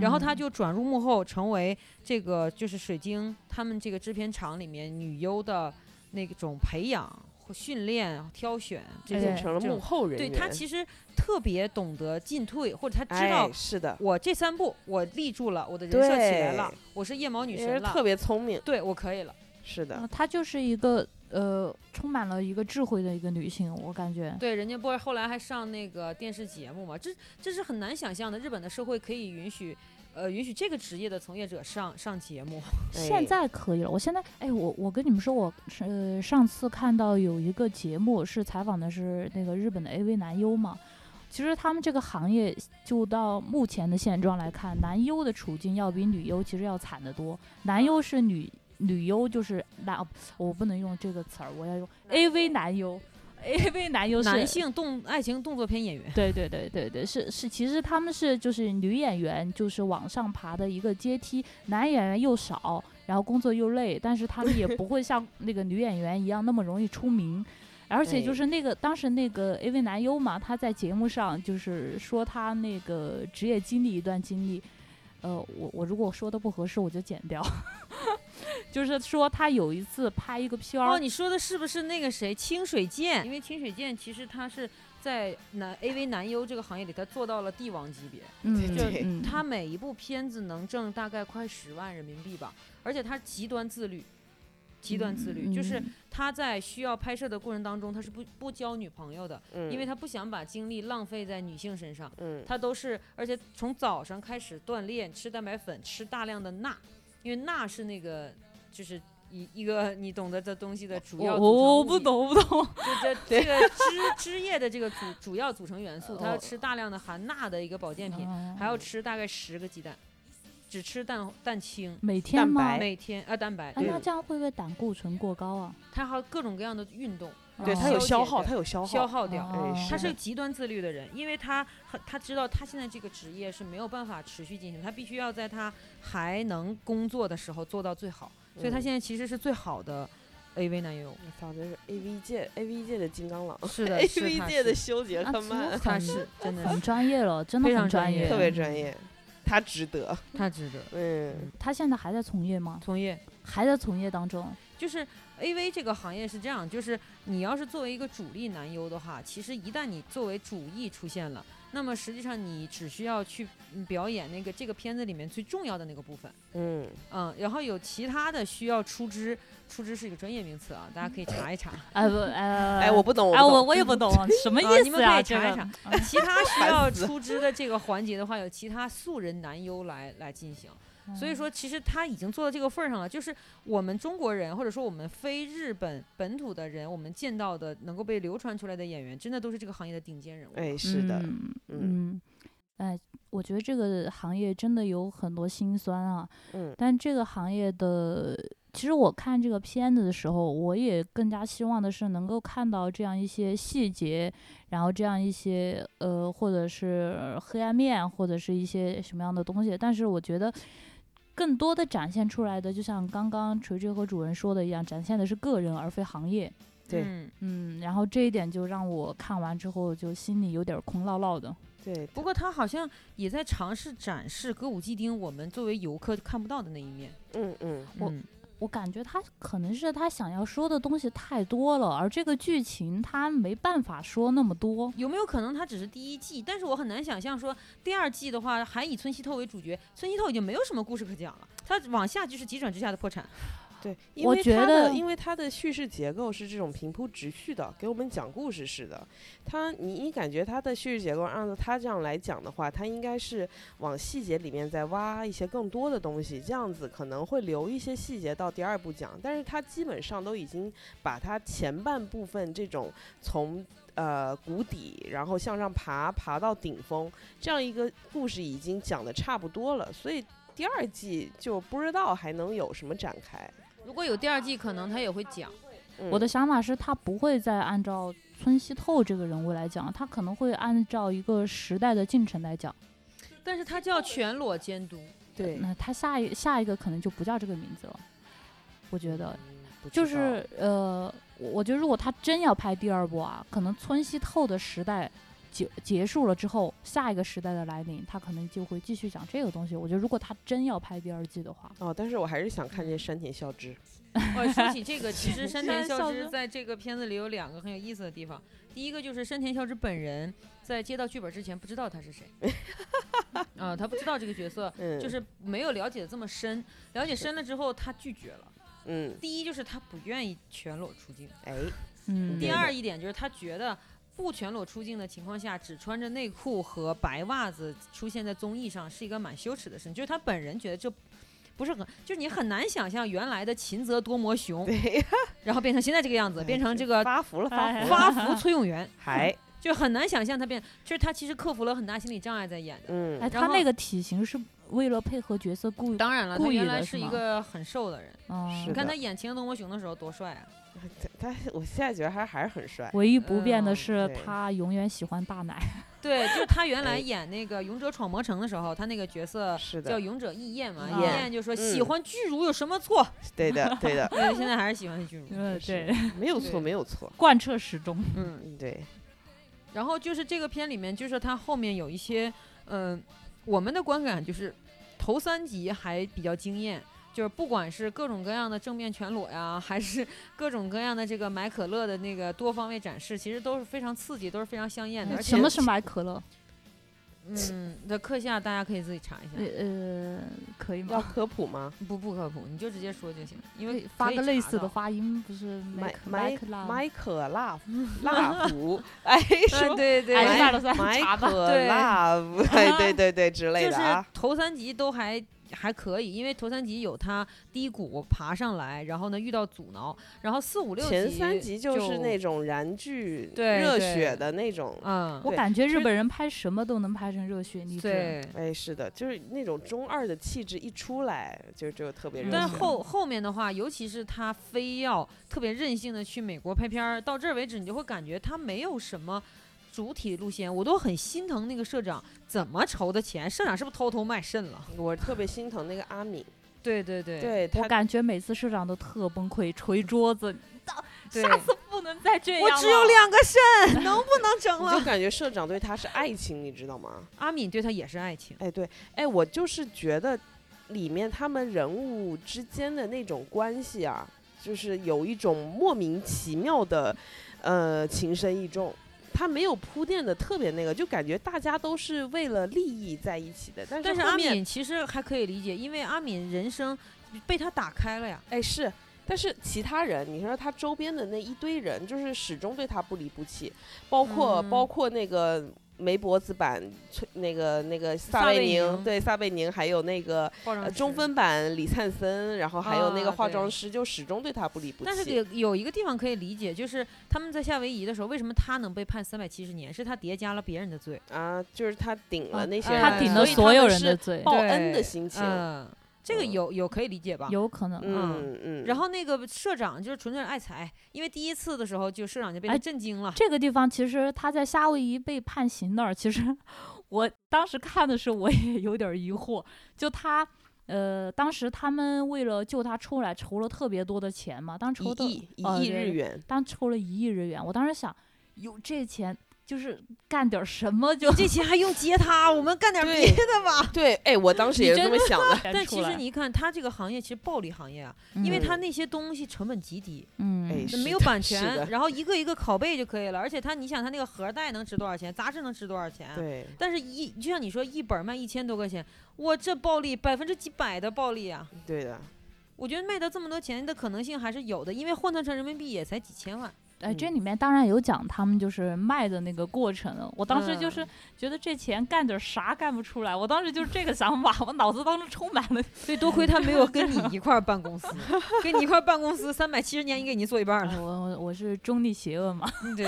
然后他嗯就转入幕后，成为这个就是水晶他们这个制片厂里面女优的那种培养、或训练、挑选，这哎种变成了这幕种后人对员，他其实特别懂得进退，或者他知道哎是的，我这三步我立住了，我的人设起来了对，我是夜猫女也是神特了，嗯别聪明，对我可以了。是的呃，她就是一个呃，充满了一个智慧的一个女性，我感觉。对，人家不是后来还上那个电视节目嘛，这这是很难想象的，日本的社会可以允许。呃，允许这个职业的从业者上上节目，现哎在可以了，我现在哎，我我跟你们说，我是呃上次看到有一个节目是采访的是那个日本的 AV 男优嘛，其实他们这个行业就到目前的现状来看，男优的处境要比女优其实要惨得多，男优是女女优就是男，哦我不能用这个词儿，我要用 AV 男优，AV 男优是男性动爱情动作片演员，对对对对对，是是，其实他们是就是女演员就是往上爬的一个阶梯，男演员又少，然后工作又累，但是他们也 不会像那个女演员一样那么容易出名。而且就哎是那个当时那个 AV 男优嘛，他在节目上就是说他那个职业经历一段经历，呃，我我如果说的不合适我就剪掉， 就是说他有一次拍一个片儿，哦，你说的是不是那个谁清水健？因为清水健其实他是在男 AV 男优这个行业里，他做到了帝王级别，嗯，对嗯他每一部片子能挣大概快十万人民币吧，而且他极端自律。极端自律，就是嗯他在需要拍摄的过程当中，他是不不交女朋友的，嗯，因为他不想把精力浪费在女性身上。嗯他都是，而且从早上开始锻炼，吃蛋白粉，吃大量的钠，因为钠是那个就是一一个你懂得这东西的主我要组成我我物不体，懂，我不懂。这这这 个枝枝叶的这个主主要组成元素，它要哦吃大量的含钠的一个保健品，还要吃大概十个鸡蛋，只吃蛋蛋清，每天蛋吗？白啊，每天啊蛋白，对那这样会不会胆固醇过高啊？它还有各种各样的运动对，哦它有啊消消解耗，的它有消消耗，耗掉。哦哎，他是的个极端自律的人，因为他很他知道他现在这个职业是没有办法持续进行，他必须要在他还能工作的时候做到最好，所以他嗯现在其实是最好的 AV 男优。我操，这是 A V 界 A V 界的金刚狼 是的， ，A 是 V 他界的是修杰啊克只有 曼，他是真的很是专业了，真的非常很专业业，特别专业，他值得，他值得嗯，他现在还在从业吗？从业。还在从业当中。就是 A V 这个行业是这样，就是你要是作为一个主力男优的话，其实一旦你作为主役出现了，那么实际上你只需要去嗯表演那个这个片子里面最重要的那个部分，嗯，嗯，然后有其他的需要出枝，出枝是一个专业名词啊，大家可以查一查，嗯哎不呃哎 哎，我不懂，哎不我懂，我也不 懂什么啊意你们思可啊？以这查一个查嗯其他需要 烦死出枝的这个环节的话，有其他素人男优来来进行。嗯所以说，其实他已经做到这个份儿上了。就是我们中国人，或者说我们非日本本土的人，我们见到的能够被流传出来的演员，真的都是这个行业的顶尖人物。哎，是的，嗯嗯嗯，哎，我觉得这个行业真的有很多辛酸啊。嗯但这个行业的，其实我看这个片子的时候，我也更加希望的是能够看到这样一些细节，然后这样一些呃，或者是黑暗面，或者是一些什么样的东西。但是我觉得。更多的展现出来的，就像刚刚锤锤和主人说的一样，展现的是个人而非行业。对嗯嗯，然后这一点就让我看完之后就心里有点儿空落落的。对，不过他好像也在尝试展示歌舞伎町我们作为游客看不到的那一面。嗯嗯，我嗯我感觉他可能是他想要说的东西太多了，而这个剧情他没办法说那么多。有没有可能他只是第一季？但是我很难想象说第二季的话还以村西透为主角，村西透已经没有什么故事可讲了，他往下就是急转直下的破产。对，因我为觉它的得因为它的叙事结构是这种平铺直叙的，给我们讲故事似的。它你你感觉它的叙事结构按照它这样来讲的话，它应该是往细节里面再挖一些更多的东西，这样子可能会留一些细节到第二部讲。但是它基本上都已经把它前半部分这种从。呃，谷底，然后向上爬，爬到顶峰，这样一个故事已经讲的差不多了，所以第二季就不知道还能有什么展开。如果有第二季，可能他也会讲。嗯我的想法是，他不会再按照村西透这个人物来讲，他可能会按照一个时代的进程来讲。但是他叫全裸监 督，对，那他下一下一个可能就不叫这个名字了，我觉得。嗯不知就道是呃，我我觉得如果他真要拍第二部啊，可能村西透的时代结结束了之后，下一个时代的来临，他可能就会继续讲这个东西。我觉得如果他真要拍第二季的话，哦，但是我还是想看嗯见山田孝之。哦，说起这个，其实山田笑孝死之在这个片子里有两个很有意思的地方。第一个就是山田孝之本人在接到剧本之前不知道他是 谁，啊、他不知道这个角色，嗯，就是没有了解得这么深。了解深了之后，他拒绝了。嗯，第一就是他不愿意全裸出镜，哎，嗯，第对二一点就是他觉得。不全裸出镜的情况下，只穿着内裤和白袜子出现在综艺上，是一个蛮羞耻的事情。就是他本人觉得这不是很，就是你很难想象原来的秦泽多摩雄，对， 然后变成现在这个样子，变成这 个发福了，发哎福了，发福崔永元， 还就很难想象他变，就是他其实克服了很大心理障碍在演的。嗯哎，，他然后那个体型是为了配合角色故意，当然了，故他意原的来是是一吗个很瘦的人，嗯，是你看的他演《秦泽多摩雄》的时候多帅啊！他他我现在觉得还还是很帅。唯一不变的嗯是对他永远喜欢大奶。对，就是他原来哎演那个《勇者闯魔城》的时候，他那个角色是叫的，勇者义彦嘛，嗯义彦就说嗯喜欢巨乳有什么错？对的，对的，对， 现在还是喜欢巨乳。 嗯，是，没有错，对没有错。贯彻始终。嗯，嗯，对，然后就是这个片里面，就是他后面有一些，嗯、我们的观感就是头三集还比较惊艳。就是不管是各种各样的正面全裸呀，还是各种各样的这个买可乐的那个多方位展示，其实都是非常刺激，都是非常香 艳的。而且什么是买可乐？嗯的课下大家可以自己查一下呃，呃，可以要吗？科普吗？不不科普，你就直接说就行，因可为以发可以个类查似的到发音，不是买麦买克嗯拉？买可辣 辣福，哎，什嗯么对对，哎买算了算了买查吧可 对辣，哎，对对对，之类就的是啊。头三集都还还可以，因为头三集有它低谷爬上来，然后呢遇到阻挠，然后四五六前三集就就是那种燃剧、对热对血的那种。嗯，我对感觉实日本人拍什么都能拍成热血励志。对。哎，是的，就是那种中二的气质一出来，就就特别热嗯血。但是后后面的话，尤其是他非要特别任性的去美国拍片儿，到这儿为止，你就会感觉他没有什么主体路线，我都很心疼那个社长怎么筹的钱，社长是不是偷偷卖肾了？我特别心疼那个阿敏，对对对对我他感觉每次社长都特崩溃，捶桌子，对，下次不能再这样我了只有两个肾，能不能整你就了？感觉社长对他是爱情，你知道吗？阿敏对他也是爱情，哎，对，哎，我就是觉得里面他们人物之间的那种关系啊，就是有一种莫名其妙的，呃，情深意重。他没有铺垫的特别那个，就感觉大家都是为了利益在一起的。但但是是后阿面，敏其实还可以理解，因为阿敏人生被他打开了呀。哎，是，但是其他人，你说他周边的那一堆人，就是始终对他不离不弃，包括、嗯包括那个没脖子版崔那个那个撒撒贝贝宁，宁对撒贝宁，还有那个化呃妆中师分版李灿森，然后还有那个啊化对妆师，就始终对他不离不弃。但是有有一个地方可以理解，就是他们在夏威夷的时候，为什么他能被判三百七十年？是他叠加了别人的罪。啊，就是他顶了那些人，哎他顶了所以所他有们人的是罪，报恩的对心情。嗯，这个嗯有有可以理解吧？。有可能。嗯嗯，然后那个社长就是纯粹是爱财，因为第一次的时候就社长就被他哎震惊了。这个地方其实他在夏威夷被判刑那儿，其实 我当时看的时候我也有点儿疑惑，就他。呃，当时他们为了救他出来，筹了特别多的钱嘛，当时筹的一亿哦一亿对日元，当时筹了一亿日元，我当时想，有这钱就是干点儿什么 就这钱还用接他？我们干点对别的吧。对，哎，我当时你也是这真么想 的。但其实你看，他这个行业其实暴利行业啊，因为它他那些东西成本极低，嗯，哎 是没有的版是的权，然后一个一个拷贝就可以了。而且他，你想他那个盒带能值多少钱？杂志能值多少钱？对，但是一，就像你说，一本儿卖一千多块钱，我这暴利百分之几百的暴利啊！对的，我觉得卖到这么多钱的可能性还是有的，因为换算成人民币也才几千万。哎，这嗯里面当然有讲他们就是卖的那个过程。我当时就是嗯觉得这钱干点啥干不出来，我当时就是这个想法，我脑子当中充满了。所以多亏他没有跟你一块儿 办公司，跟你一块儿办公司，三百七十年应该给你做一半儿了。我我我是中立邪恶嘛，嗯对，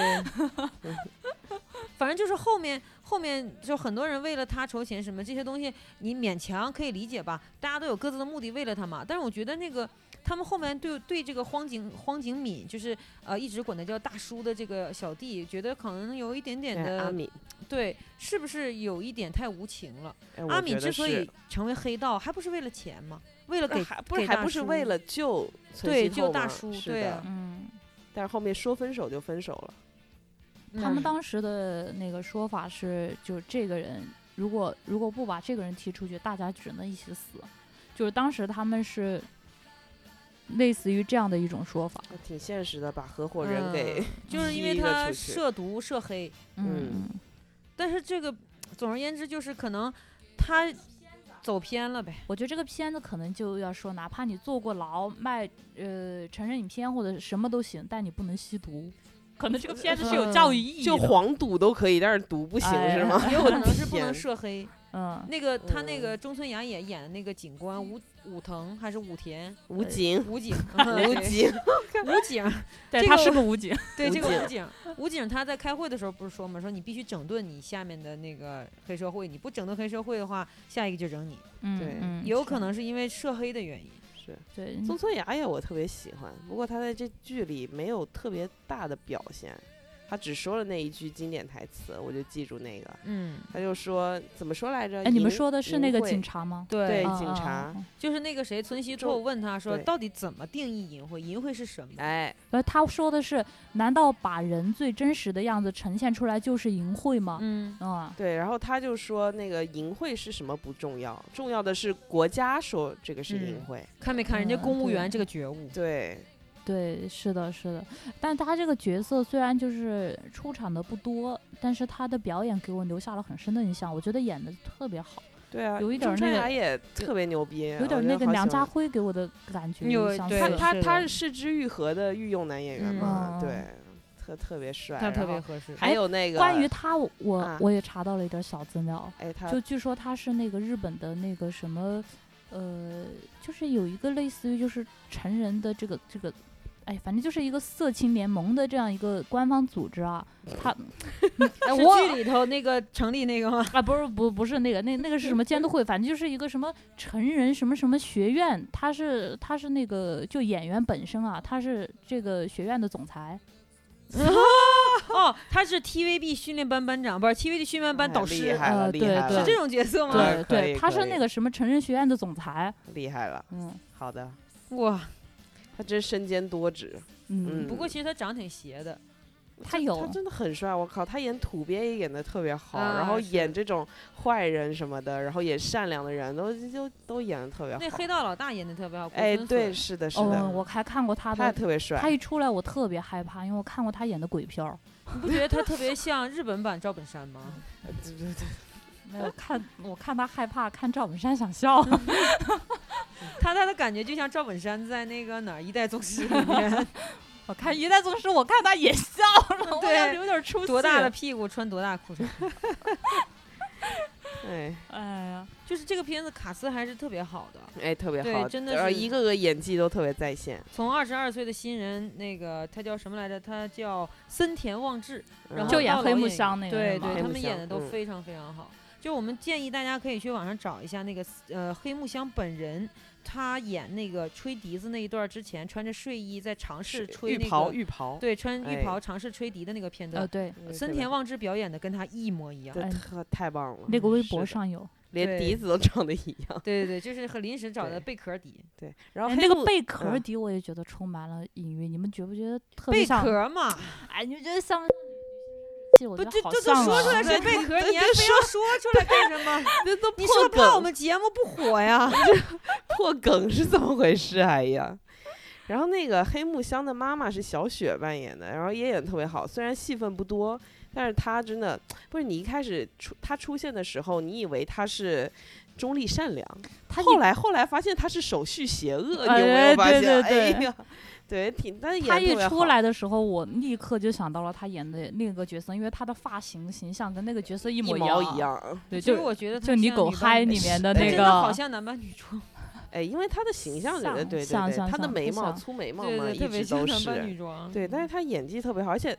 反正就是后面后面就很多人为了他筹钱什么这些东西，你勉强可以理解吧？大家都有各自的目的，为了他嘛。但是我觉得那个他们后面对对这个荒井荒井敏，就是呃一直管他叫大叔的这个小弟，觉得可能有一点点哎阿的敏，对，是不是有一点太无情了？哎我阿觉敏得之所是以成为黑道，还不是为了钱吗？为了那给呃还不是给还大不是为叔了救村对西救透大吗叔是对的啊嗯，但是后面说分手就分手了，他们当。当时的那个说法是，就是这个人如果如果不把这个人踢出去，大家只能一起死。就是当时他们是类似于这样的一种说法，还挺现实的，把合伙人嗯给就是因为踢了他出去涉毒涉黑，嗯嗯，但是这个总而言之就是可能他走 偏了呗。我觉得这个片子可能就要说，哪怕你坐过牢、卖呃成人影片或者什么都行，但你不能吸毒。可能这个片子是有教育意义的。 就黄赌都可以，但是赌不行哎是吗？ 也有可能是不天能涉黑。嗯，那个他那嗯个中村雅也演的那个警官武武藤还是武田武 警，武警 武警，武警 对这他个是我个武警。对武这个武警警武警他在开会的时候不是说嘛，说你必须整顿你下面的那个黑社会，你不整顿黑社会的话，下一个就整你。嗯，对嗯有是可能是因为涉黑的原因。 是对，中村雅也我特别喜欢，不过他在这剧里没有特别大的表现，他只说了那一句经典台词，我就记住那个，嗯，他就说怎么说来着？哎，你们淫说的是那个淫秽警察吗？对啊警啊察啊啊就是那个谁，村西就透问他说，对到底怎么定义淫秽？淫秽是什么？哎，呃，他说的是，难道把人最真实的样子呈现出来就是淫秽吗？嗯，啊，对，然后他就说那个淫秽是什么不重要，重要的是国家说这个是淫嗯秽。看没看人家嗯公务对员这个觉悟？对，对，是的，是的。但他这个角色虽然就是出场的不多，但是他的表演给我留下了很深的印象，我觉得演的特别好。对啊，有一点儿中村那个雅也特别牛逼，有我觉点得那个好梁喜家欢辉给我的感觉有相对似。他是他的他是失之愈合的御用男演员嗯嘛，对，特特别帅，他特然别后合适。还有那个哎关于他，我我啊我也查到了一点小资料，哎他就据说他是那个日本的那个什么。呃，就是有一个类似于就是成人的这个这个，哎，反正就是一个色情联盟的这样一个官方组织啊，他哎是我剧里头那个成立那个吗？啊，不是不不是那个，那那个是什么监督会，反正就是一个什么成人什么什么学院，他是他是那个就演员本身啊，他是这个学院的总裁， 哦，他是 TVB 训练班班长，不是 TVB 训练班导哎厉师，害了，呃厉对害对了，是这种角色吗？对哦可以对，他可是以那个什么成人学院的总裁，厉害了，嗯好的，哇，他真身兼多职，嗯嗯，不过其实他长得挺邪的，他他有真的很帅，我靠，他演土鳖也演的特别好，啊然后是演这种坏人什么的，然后演善良的人都就都演的特别好。那黑道老大演的特别好。哎，古村对，隼，是的，是的，哦，我还看过他他也的，特别帅他。一出来我特别害怕，因为我看过他演的鬼片儿，你不觉得他特别像日本版赵本山吗？对对对 没有看我看他害怕，看赵本山想 笑，他他的感觉就像赵本山在那个哪儿《一代宗师》 里面，我看《一代宗师》，我看他也笑了，我对要留点出息。多大的？屁股穿多大裤衩。哎哎呀，就是这个片子卡斯还是特别好的，哎，特别对好，真的然后是一个个演技都特别在线。从二十二岁的新人，那个他叫什么来着？他叫森田望志，嗯然后就演到黑老木香那个对是吗对，黑他木们演香的都嗯非常非常好。就我们建议大家可以去网上找一下那个呃黑木香本人，他演那个吹笛子那一段之前，穿着睡衣在尝试吹浴那袍，个浴袍，对穿浴哎袍尝试吹笛的那个片呃段，对，嗯，森特别田好望之表演的跟他一模一样。哎这特太棒了。那个微是博的上有，连对笛子都长得一样，对对对，就是很临时找对的贝壳底，对。然后哎黑那个木贝壳儿嗯底我也觉得充满了隐喻，你们觉不觉得特别贝像？壳嘛，哎，你们觉得像不像女性生殖器？我不，觉这得好这都像说啊出来是 贝壳，你还非要说出来干什么？这都你破说不梗怕我们节目不火呀？破梗是怎么回事？哎呀，然后那个黑木香的妈妈是小雪扮演的，然后也演得特别好，虽然戏份不多，但是她真的不是你一开始出她出现的时候，你以为她是。中立善良，他后一来后来发现她是手续邪恶，哎你有没有发现？对对对哎呀，对，挺，但是演他得特一别出好，来的时候，我立刻就想到了他演的那个角色，因为他的发型形象跟那个角色一一模毛一一。样。 对，其就实我觉得他就你像狗女嗨扮里女面的是那真个，的好像男扮女装，哎，因为她的形象里像的，对对像对，像她的像眉她毛像粗眉毛 对嘛，对，特一别直像都男是。扮女装。对，但是他演技特别好，而且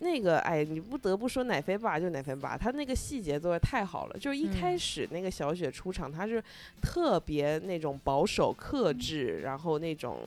那个哎，你不得不说奶肥爸就奶肥爸，他那个细节做的太好了。就是一开嗯始那个小雪出场，她是特别那种保守克制，然后那种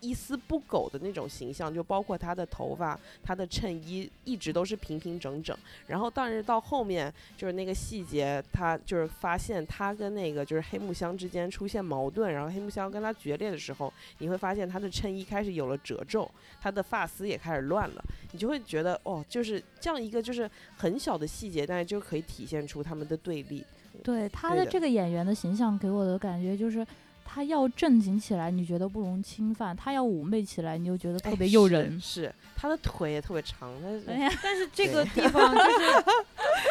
一丝不苟的那种形象，就包括她的头发、她的衬衣一直都是平平整整。然后，但是到后面就是那个细节，她就是发现她跟那个就是黑木香之间出现矛盾，然后黑木香跟她决裂的时候，你会发现她的衬衣开始有了褶皱。他的发丝也开始乱了，你就会觉得哦，就是这样一个就是很小的细节，但是就可以体现出他们的对立。对他对的的这个演员的形象给我的感觉就是，他要正经起来，你觉得不容侵犯；他要妩媚起来，你就觉得特哎别诱是人。是他的腿也特别长，他是哎呀， 但是这个地方就是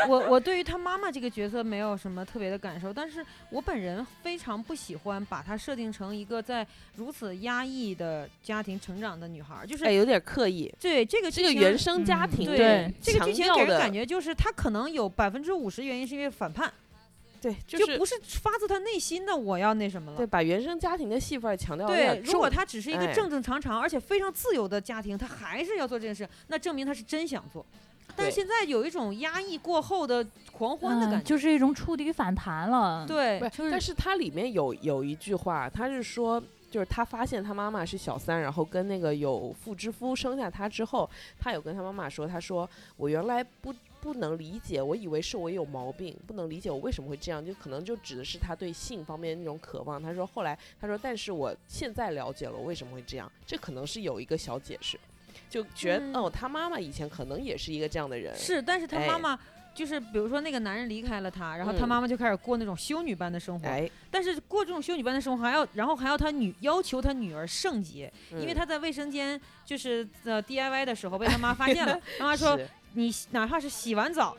我我对于他妈妈这个角色没有什么特别的感受，但是我本人非常不喜欢把她设定成一个在如此压抑的家庭成长的女孩儿，就是、哎有点刻意。对这个这剧个情原生家嗯庭对这个强剧情调给人的感觉就是她可能有百分之五十原因是因为反叛，对，就是不是发自她内心的我要那什么了对。把原生家庭的戏份儿强调得有对点，如果重她只是一个哎正正常常、而且非常自由的家庭，她还是要做这件事，那证明她是真想做。但对是现在有一种压抑过后的狂欢的嗯感觉，就是一种触底反弹了。，对不，就是但是它里面有有一句话，他是说，就是他发现他妈妈是小三，然后跟那个有妇之夫生下他之后，他有跟他妈妈说，他说我原来不不能理解，我以为是我有毛病，不能理解我为什么会这样，就可能就指的是他对性方面那种渴望。他说后来他说，但是我现在了解了我为什么会这样，这可能是有一个小解释，就觉得、嗯哦，他妈妈以前可能也是一个这样的人，是，但是她哎妈妈。就是比如说那个男人离开了她，然后她嗯妈妈就开始过那种修女般的生活，哎，但是过这种修女般的生活还要，然后还要她女要求她女儿圣洁，因为嗯她在卫生间就是呃 DIY 的时候被她妈发现了，她妈说是你哪怕是洗完澡，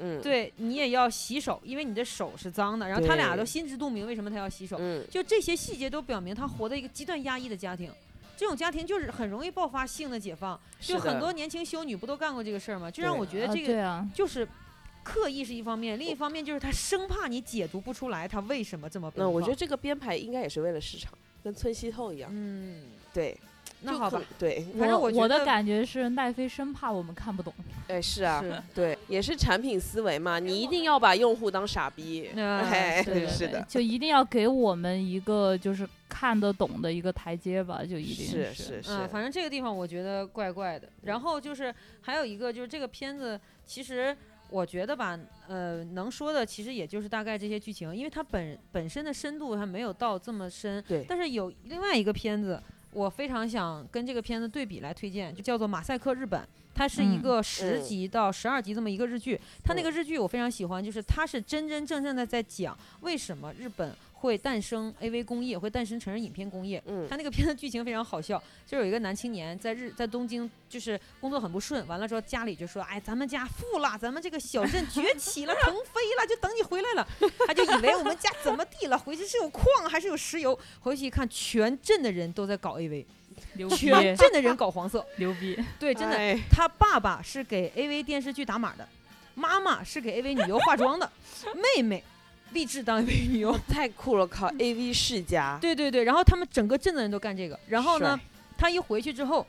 嗯，对你也要洗手，因为你的手是脏的。然后他俩对都心知肚明为什么他要洗手，嗯。就这些细节都表明他活在一个极端压抑的家庭。这种家庭就是很容易爆发性的解放，是就很的多年轻修女不都干过这个事儿吗？就让对我觉得这啊、个对啊，就是刻意是一方面，另一方面就是他生怕你解读不出来他为什么这么奔那我觉放得这个编排应该也是为了市场，跟村西透一样。嗯，对，那就好可吧，，嗯对，反正我我觉的得感觉是奈飞生怕我们看不懂，哎，是啊，是对，也是产品思维嘛，你一定要把用户当傻逼。啊哎，对对是对的，就一定要给我们一个就是看得懂的一个台阶吧，就一定是是是嗯，是，反正这个地方我觉得怪怪的。然后就是还有一个就是这个片子，其实我觉得吧，呃，能说的其实也就是大概这些剧情，因为它本本身的深度还没有到这么深。对但是有另外一个片子，我非常想跟这个片子对比来推荐，就叫做《马赛克日本》。它是一嗯个十嗯集到十二集这么一个日剧，它嗯那个日剧我非常喜欢，就是它是真真正正的在讲为什么日本会诞生 AV 工业，会诞生成人影片工业。嗯他那个片子剧情非常好笑，就是有一个男青年在日在东京，就是工作很不顺，完了之后家里就说：“哎，咱们家富了，咱们这个小镇崛起了，腾飞了，就等你回来了。”他就以为我们家怎么地了，回去是有矿啊还是有石油？回去一看，全镇的人都在搞 AV， 牛全逼镇的人搞黄色。牛逼，对，真的，哎他爸爸是给 AV 电视剧打码的，妈妈是给 AV 女优化妆的，妹妹立志当 AV 女优。 太酷了，靠，AV 世家。对对对，然后他们整个镇的人都干这个，然后呢帅，他一回去之后。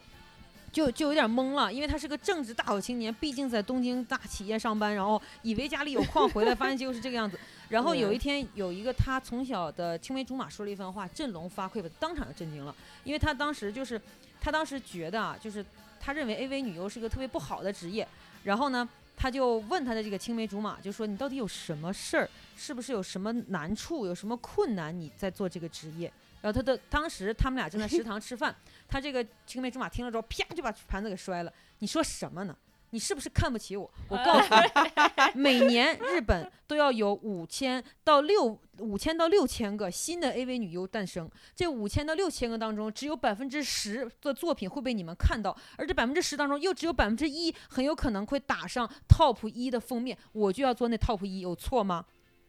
就就有点懵了，因为他是个正直大好青年，毕竟在东京大企业上班，然后以为家里有矿，回来发现结果是这个样子。然后有一天，有一个他从小的青梅竹马说了一番话，振聋发聩，把他当场就震惊了，因为他当时就是，他当时觉得啊，就是他认为 AV 女优是个特别不好的职业，然后呢，他就问他的这个青梅竹马，就说你到底有什么事儿，是不是有什么难处，有什么困难，你在做这个职业？然后他的当时他们俩正在食堂吃饭，他这个青梅竹马听了之后，啪就把盘子给摔了。你说什么呢？你是不是看不起我？我告诉你，每年日本都要有五千到六五千到六千个新的 AV 女优诞生。这五千到六千个当中，只有百分之十的作品会被你们看到，而这百分之十当中，又只有百分之一很有可能会打上 top 一的封面。我就要做那 top 一，有错吗？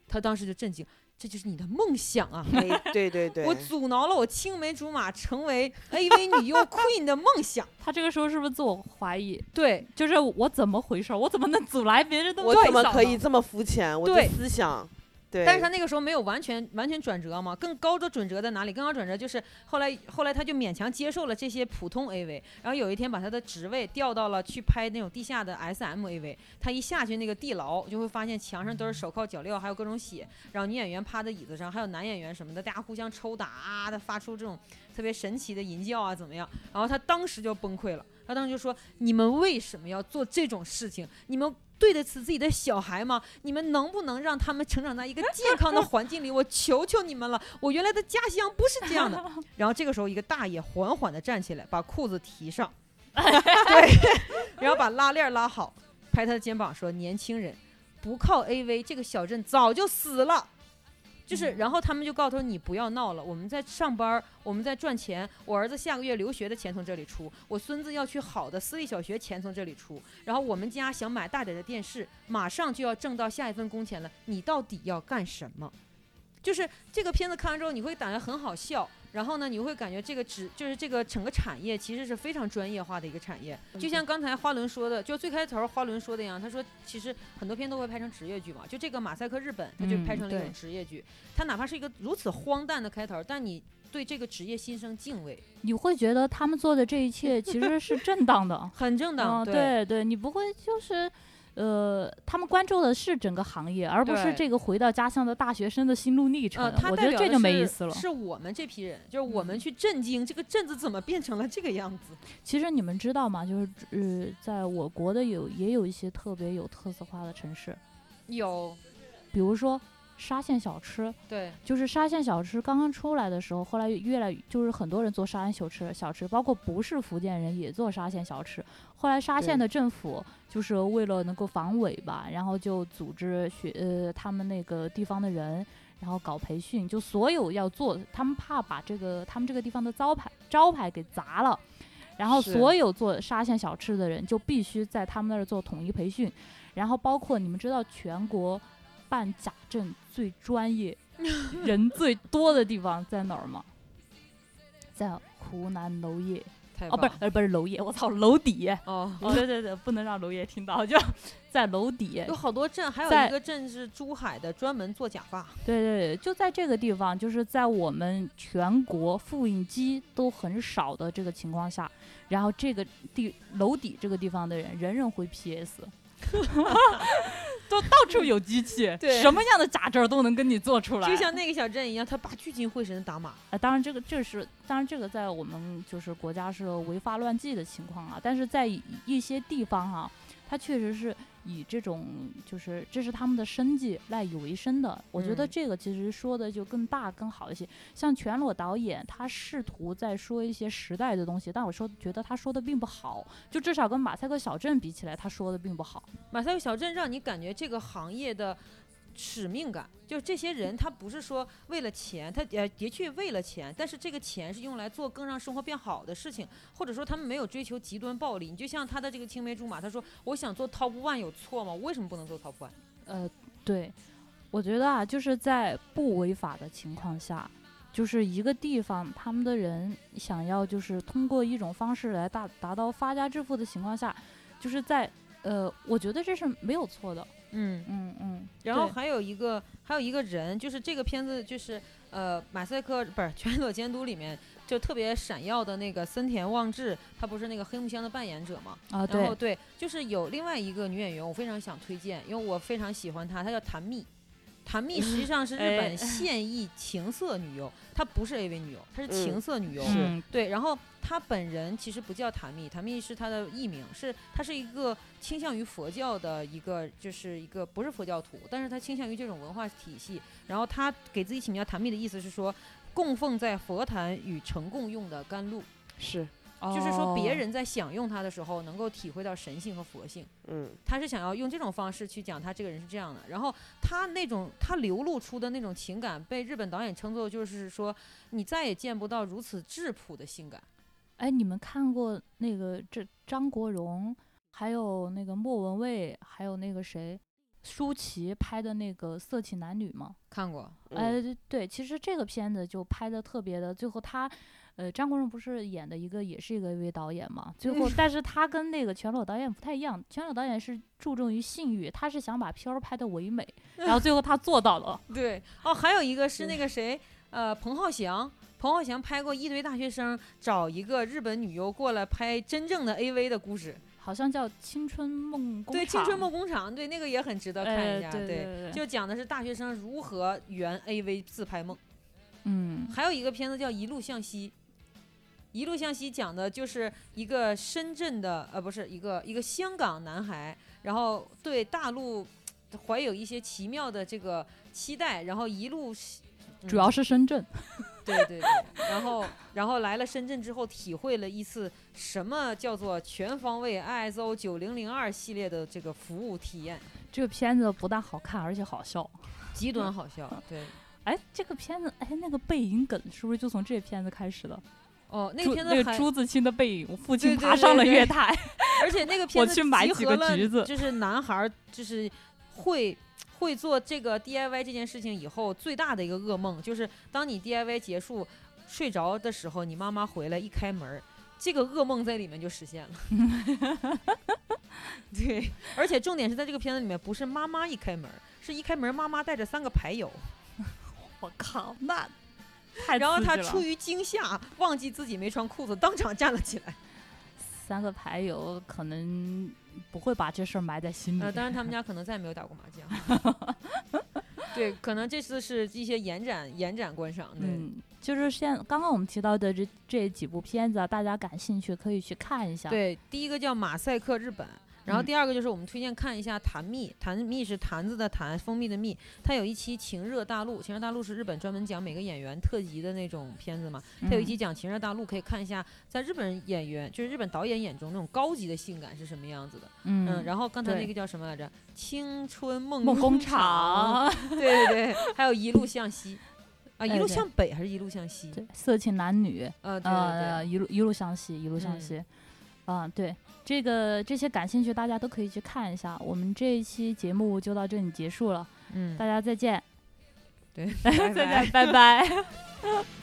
他当时就震惊，这就是你的梦想啊！哎，对对对， 我阻挠了我青梅竹马成为 AV 女优 queen 的梦想。他这个时候是不是自我怀疑？对就是我怎么回事儿？我怎么能阻拦别人的我梦怎么想可呢以？这么肤浅？我的对思想，对，但是他那个时候没有完全完全转折嘛，更高的转折在哪里？更高转折就是后来后来他就勉强接受了这些普通 AV，然后有一天把他的职位调到了去拍那种地下的 SM AV。他一下去那个地牢，就会发现墙上都是手铐、脚镣，还有各种血，然后女演员趴在椅子上，还有男演员什么的，大家互相抽打啊的，发出这种特别神奇的吟叫啊，怎么样？然后他当时就崩溃了，他当时就说：“你们为什么要做这种事情？你们对得起自己的小孩吗？你们能不能让他们成长在一个健康的环境里？我求求你们了！我原来的家乡不是这 样的。”然后这个时候，一个大爷缓缓地站起来，把裤子提上，对，然后把拉链拉好，拍他的肩膀说：“年轻人，不靠 AV，这个小镇早就死了。”就是，嗯然后他们就告诉他你不要闹了，我们在上班儿，我们在赚钱，我儿子下个月留学的钱从这里出，我孙子要去好的私立小学钱从这里出，然后我们家想买大点儿的电视，马上就要挣到下一份工钱了，你到底要干什么？就是这个片子看完之后，你会感觉很好笑，然后呢，你会感觉这个职就是这个整个产业其实是非常专业化的一个产业。嗯就像刚才花轮说的，就最开头花轮说的一样，他说其实很多片都会拍成职业剧嘛，就这个《马赛克日本》，它就拍嗯成了一对种职业剧。它哪怕是一个如此荒诞的开头，但你对这个职业心生敬畏，，你会觉得他们做的这一切其实是正当的很 正嗯，当。对对，你不会就是。呃，他们关注的是整个行业，而不是对这个回到家乡的大学生的心路历程。呃，它我代觉得表这的就没是意思了。是我们这批人，就是我们嗯去震惊这个镇子怎么变成了这个样子。其实你们知道吗？就是呃，在我国的有也有一些特别有特色化的城市，有，比如说沙县小吃，对，就是沙县小吃刚刚出来的时候，后来越来就是很多人做沙县小吃，小吃包括不是福建人也做沙县小吃。后来沙县对的政府就是为了能够防伪吧，然后就组织学呃他们那个地方的人，然后搞培训，就所有要做，他们怕把这个他们这个地方的招牌招牌给砸了。然后是所有做沙县小吃的人就必须在他们那儿做统一培训，然后包括你们知道全国办假证最专 业、人最多的地方在哪儿吗？在湖南娄烨。太哦，棒不是，呃，不是楼爷，我操，楼底，哦，哦，对对对，不能让楼爷听 到，就在楼底，有好多镇，还有在一个镇是珠海的，专门做假发。对对对，就在这个地方，就是在我们全国复印机都很少的这个情况下，然后这个地楼底这个地方的人，人人会 PS，都到处有机器，对什么样的假证都能跟你做出来。就像那个小镇一样，他爸聚精会神的打码。啊，当然这个这是当然这个在我们就是国家是违法乱纪的情况啊，但是在一一些地方哈、它确实是以这种就是这是他们的生计赖以为生的。我觉得嗯这个其实说的就更大更好一些。像全裸导演，他试图在说一些时代的东西，但我说觉得他说的并不好，就至少跟马赛克小镇比起来，他说的并不好。马赛克小镇让你感觉这个行业的使命感，就是这些人他不是说为了钱，他呃的确为了钱，但是这个钱是用来做更让生活变好的事情，或者说他们没有追求极端暴力。你就像他的这个青梅竹马，他说我想做 top one 有错吗？我为什么不能做 top one？呃，对，我觉得啊，就是在不违法的情况下，就是一个地方他们的人想要就是通过一种方式来达达到发家致富的情况下，就是在呃，我觉得这是没有错的，嗯，嗯嗯，然后对还有一个还有一个人，就是这个片子就是呃马赛克不是《全裸监督》里面就特别闪耀的那个森田望志，他不是那个黑木香的扮演者吗？啊然对，后对，就是有另外一个女演员，我非常想推荐，因为我非常喜欢她，她叫谭蜜。谭蜜实际上是日哎本现役情色女优，她不是 AV 女优，她是情嗯色女优。是嗯对，然后她本人其实不叫谭蜜，谭蜜是她的艺名，是她是一个倾向于佛教的一个，就是一个不是佛教徒，但是她倾向于这种文化体系。然后她给自己起名叫谭蜜的意思是说，供奉在佛坛与成供用的甘露。是，就是说别哦人在享用它的时候，能够体会到神性和佛性。嗯，他是想要用这种方式去讲他这个人是这样的，然后他那种他流露出的那种情感，被日本导演称作就是说，你再也见不到如此质朴的性感。哎，你们看过那个这张国荣，还有那个莫文蔚，还有那个谁，舒淇拍的那个《色情男女》吗？看过，嗯呃，对，其实这个片子就拍的特别的，最后他，呃，张国荣不是演的一个也是一个 AV 导演嘛，最嗯后，但是他跟那个全裸导演不太一样，全裸导演是注重于性欲，他是想把片儿拍的唯 美，然后最后他做到了，对，哦，还有一个是那个谁，呃，彭浩翔。彭浩翔拍过一堆大学生找一个日本女优过来拍真正的 AV 的故事，好像叫《青春梦工厂》，对《青春梦工厂》，对那个也很值得看呃一下，对对对，就讲的是大学生如何圆 AV 自拍梦。嗯，还有一个片子叫《一路向西》，《一路向西》讲的就是一个深圳的，呃，不是一个一个香港男孩，然后对大陆呃怀有一些奇妙的这个期待，然后一路西。嗯主要是深圳，对对对，然后然后来了深圳之后，体会了一次什么叫做全方位 ISO 九零零二系列的这个服务体验，这个片子不但好看，而且好笑。极端好笑。对，哎，这个片子，哎，那个背影梗是不是就从这片子开始的？哦，那朱个片子那还个朱自清的背影，我父亲对对爬上了对对月台。而且那个片子我去买集几合个了橘子就是男孩儿就是会会做这个 DIY 这件事情以后最大的一个噩梦，就是当你 DIY 结束睡着的时候，你妈妈回来一开门儿，这个噩梦在里面就实现了。对，而且重点是在这个片子里面，不是妈妈一开门儿，是一开门儿妈妈带着三个牌友，我靠，那太然后刺他激了出于惊吓忘记自己没穿裤子，当场站了起来。三个牌友可能不会把这事儿埋在心里。呃，当然他们家可能再也没有打过麻将。 对，可能这次是一些延展延展观赏。对，嗯，就是现刚刚我们提到的这这几部片子啊，大家感兴趣可以去看一下。，对，第一个叫马赛克日本，然后嗯第二个就是我们推荐看一下谭蜜，谭蜜是坛子的坛，蜂蜜的蜜，它有一期《情热大陆》，《情热大陆》是日本专门讲每个演员特辑的那种片子嘛，嗯它有一期讲《情热大陆》，可以看一下在日本演员就是日本导演眼中那种高级的性感是什么样子的。嗯，嗯，然后刚才对那个叫什么来着，《青春梦梦工厂》。 厂，对对对，还有一路向西，啊，一哎路对向北还是一路向西？对，色情男女，呃，对对呃，一路一路向西，一路向嗯西。啊，对，这个这些感兴趣，大家都可以去看一下。我们这一期节目就到这里结束了，对，嗯，大家再见， 对，再拜拜见，拜拜。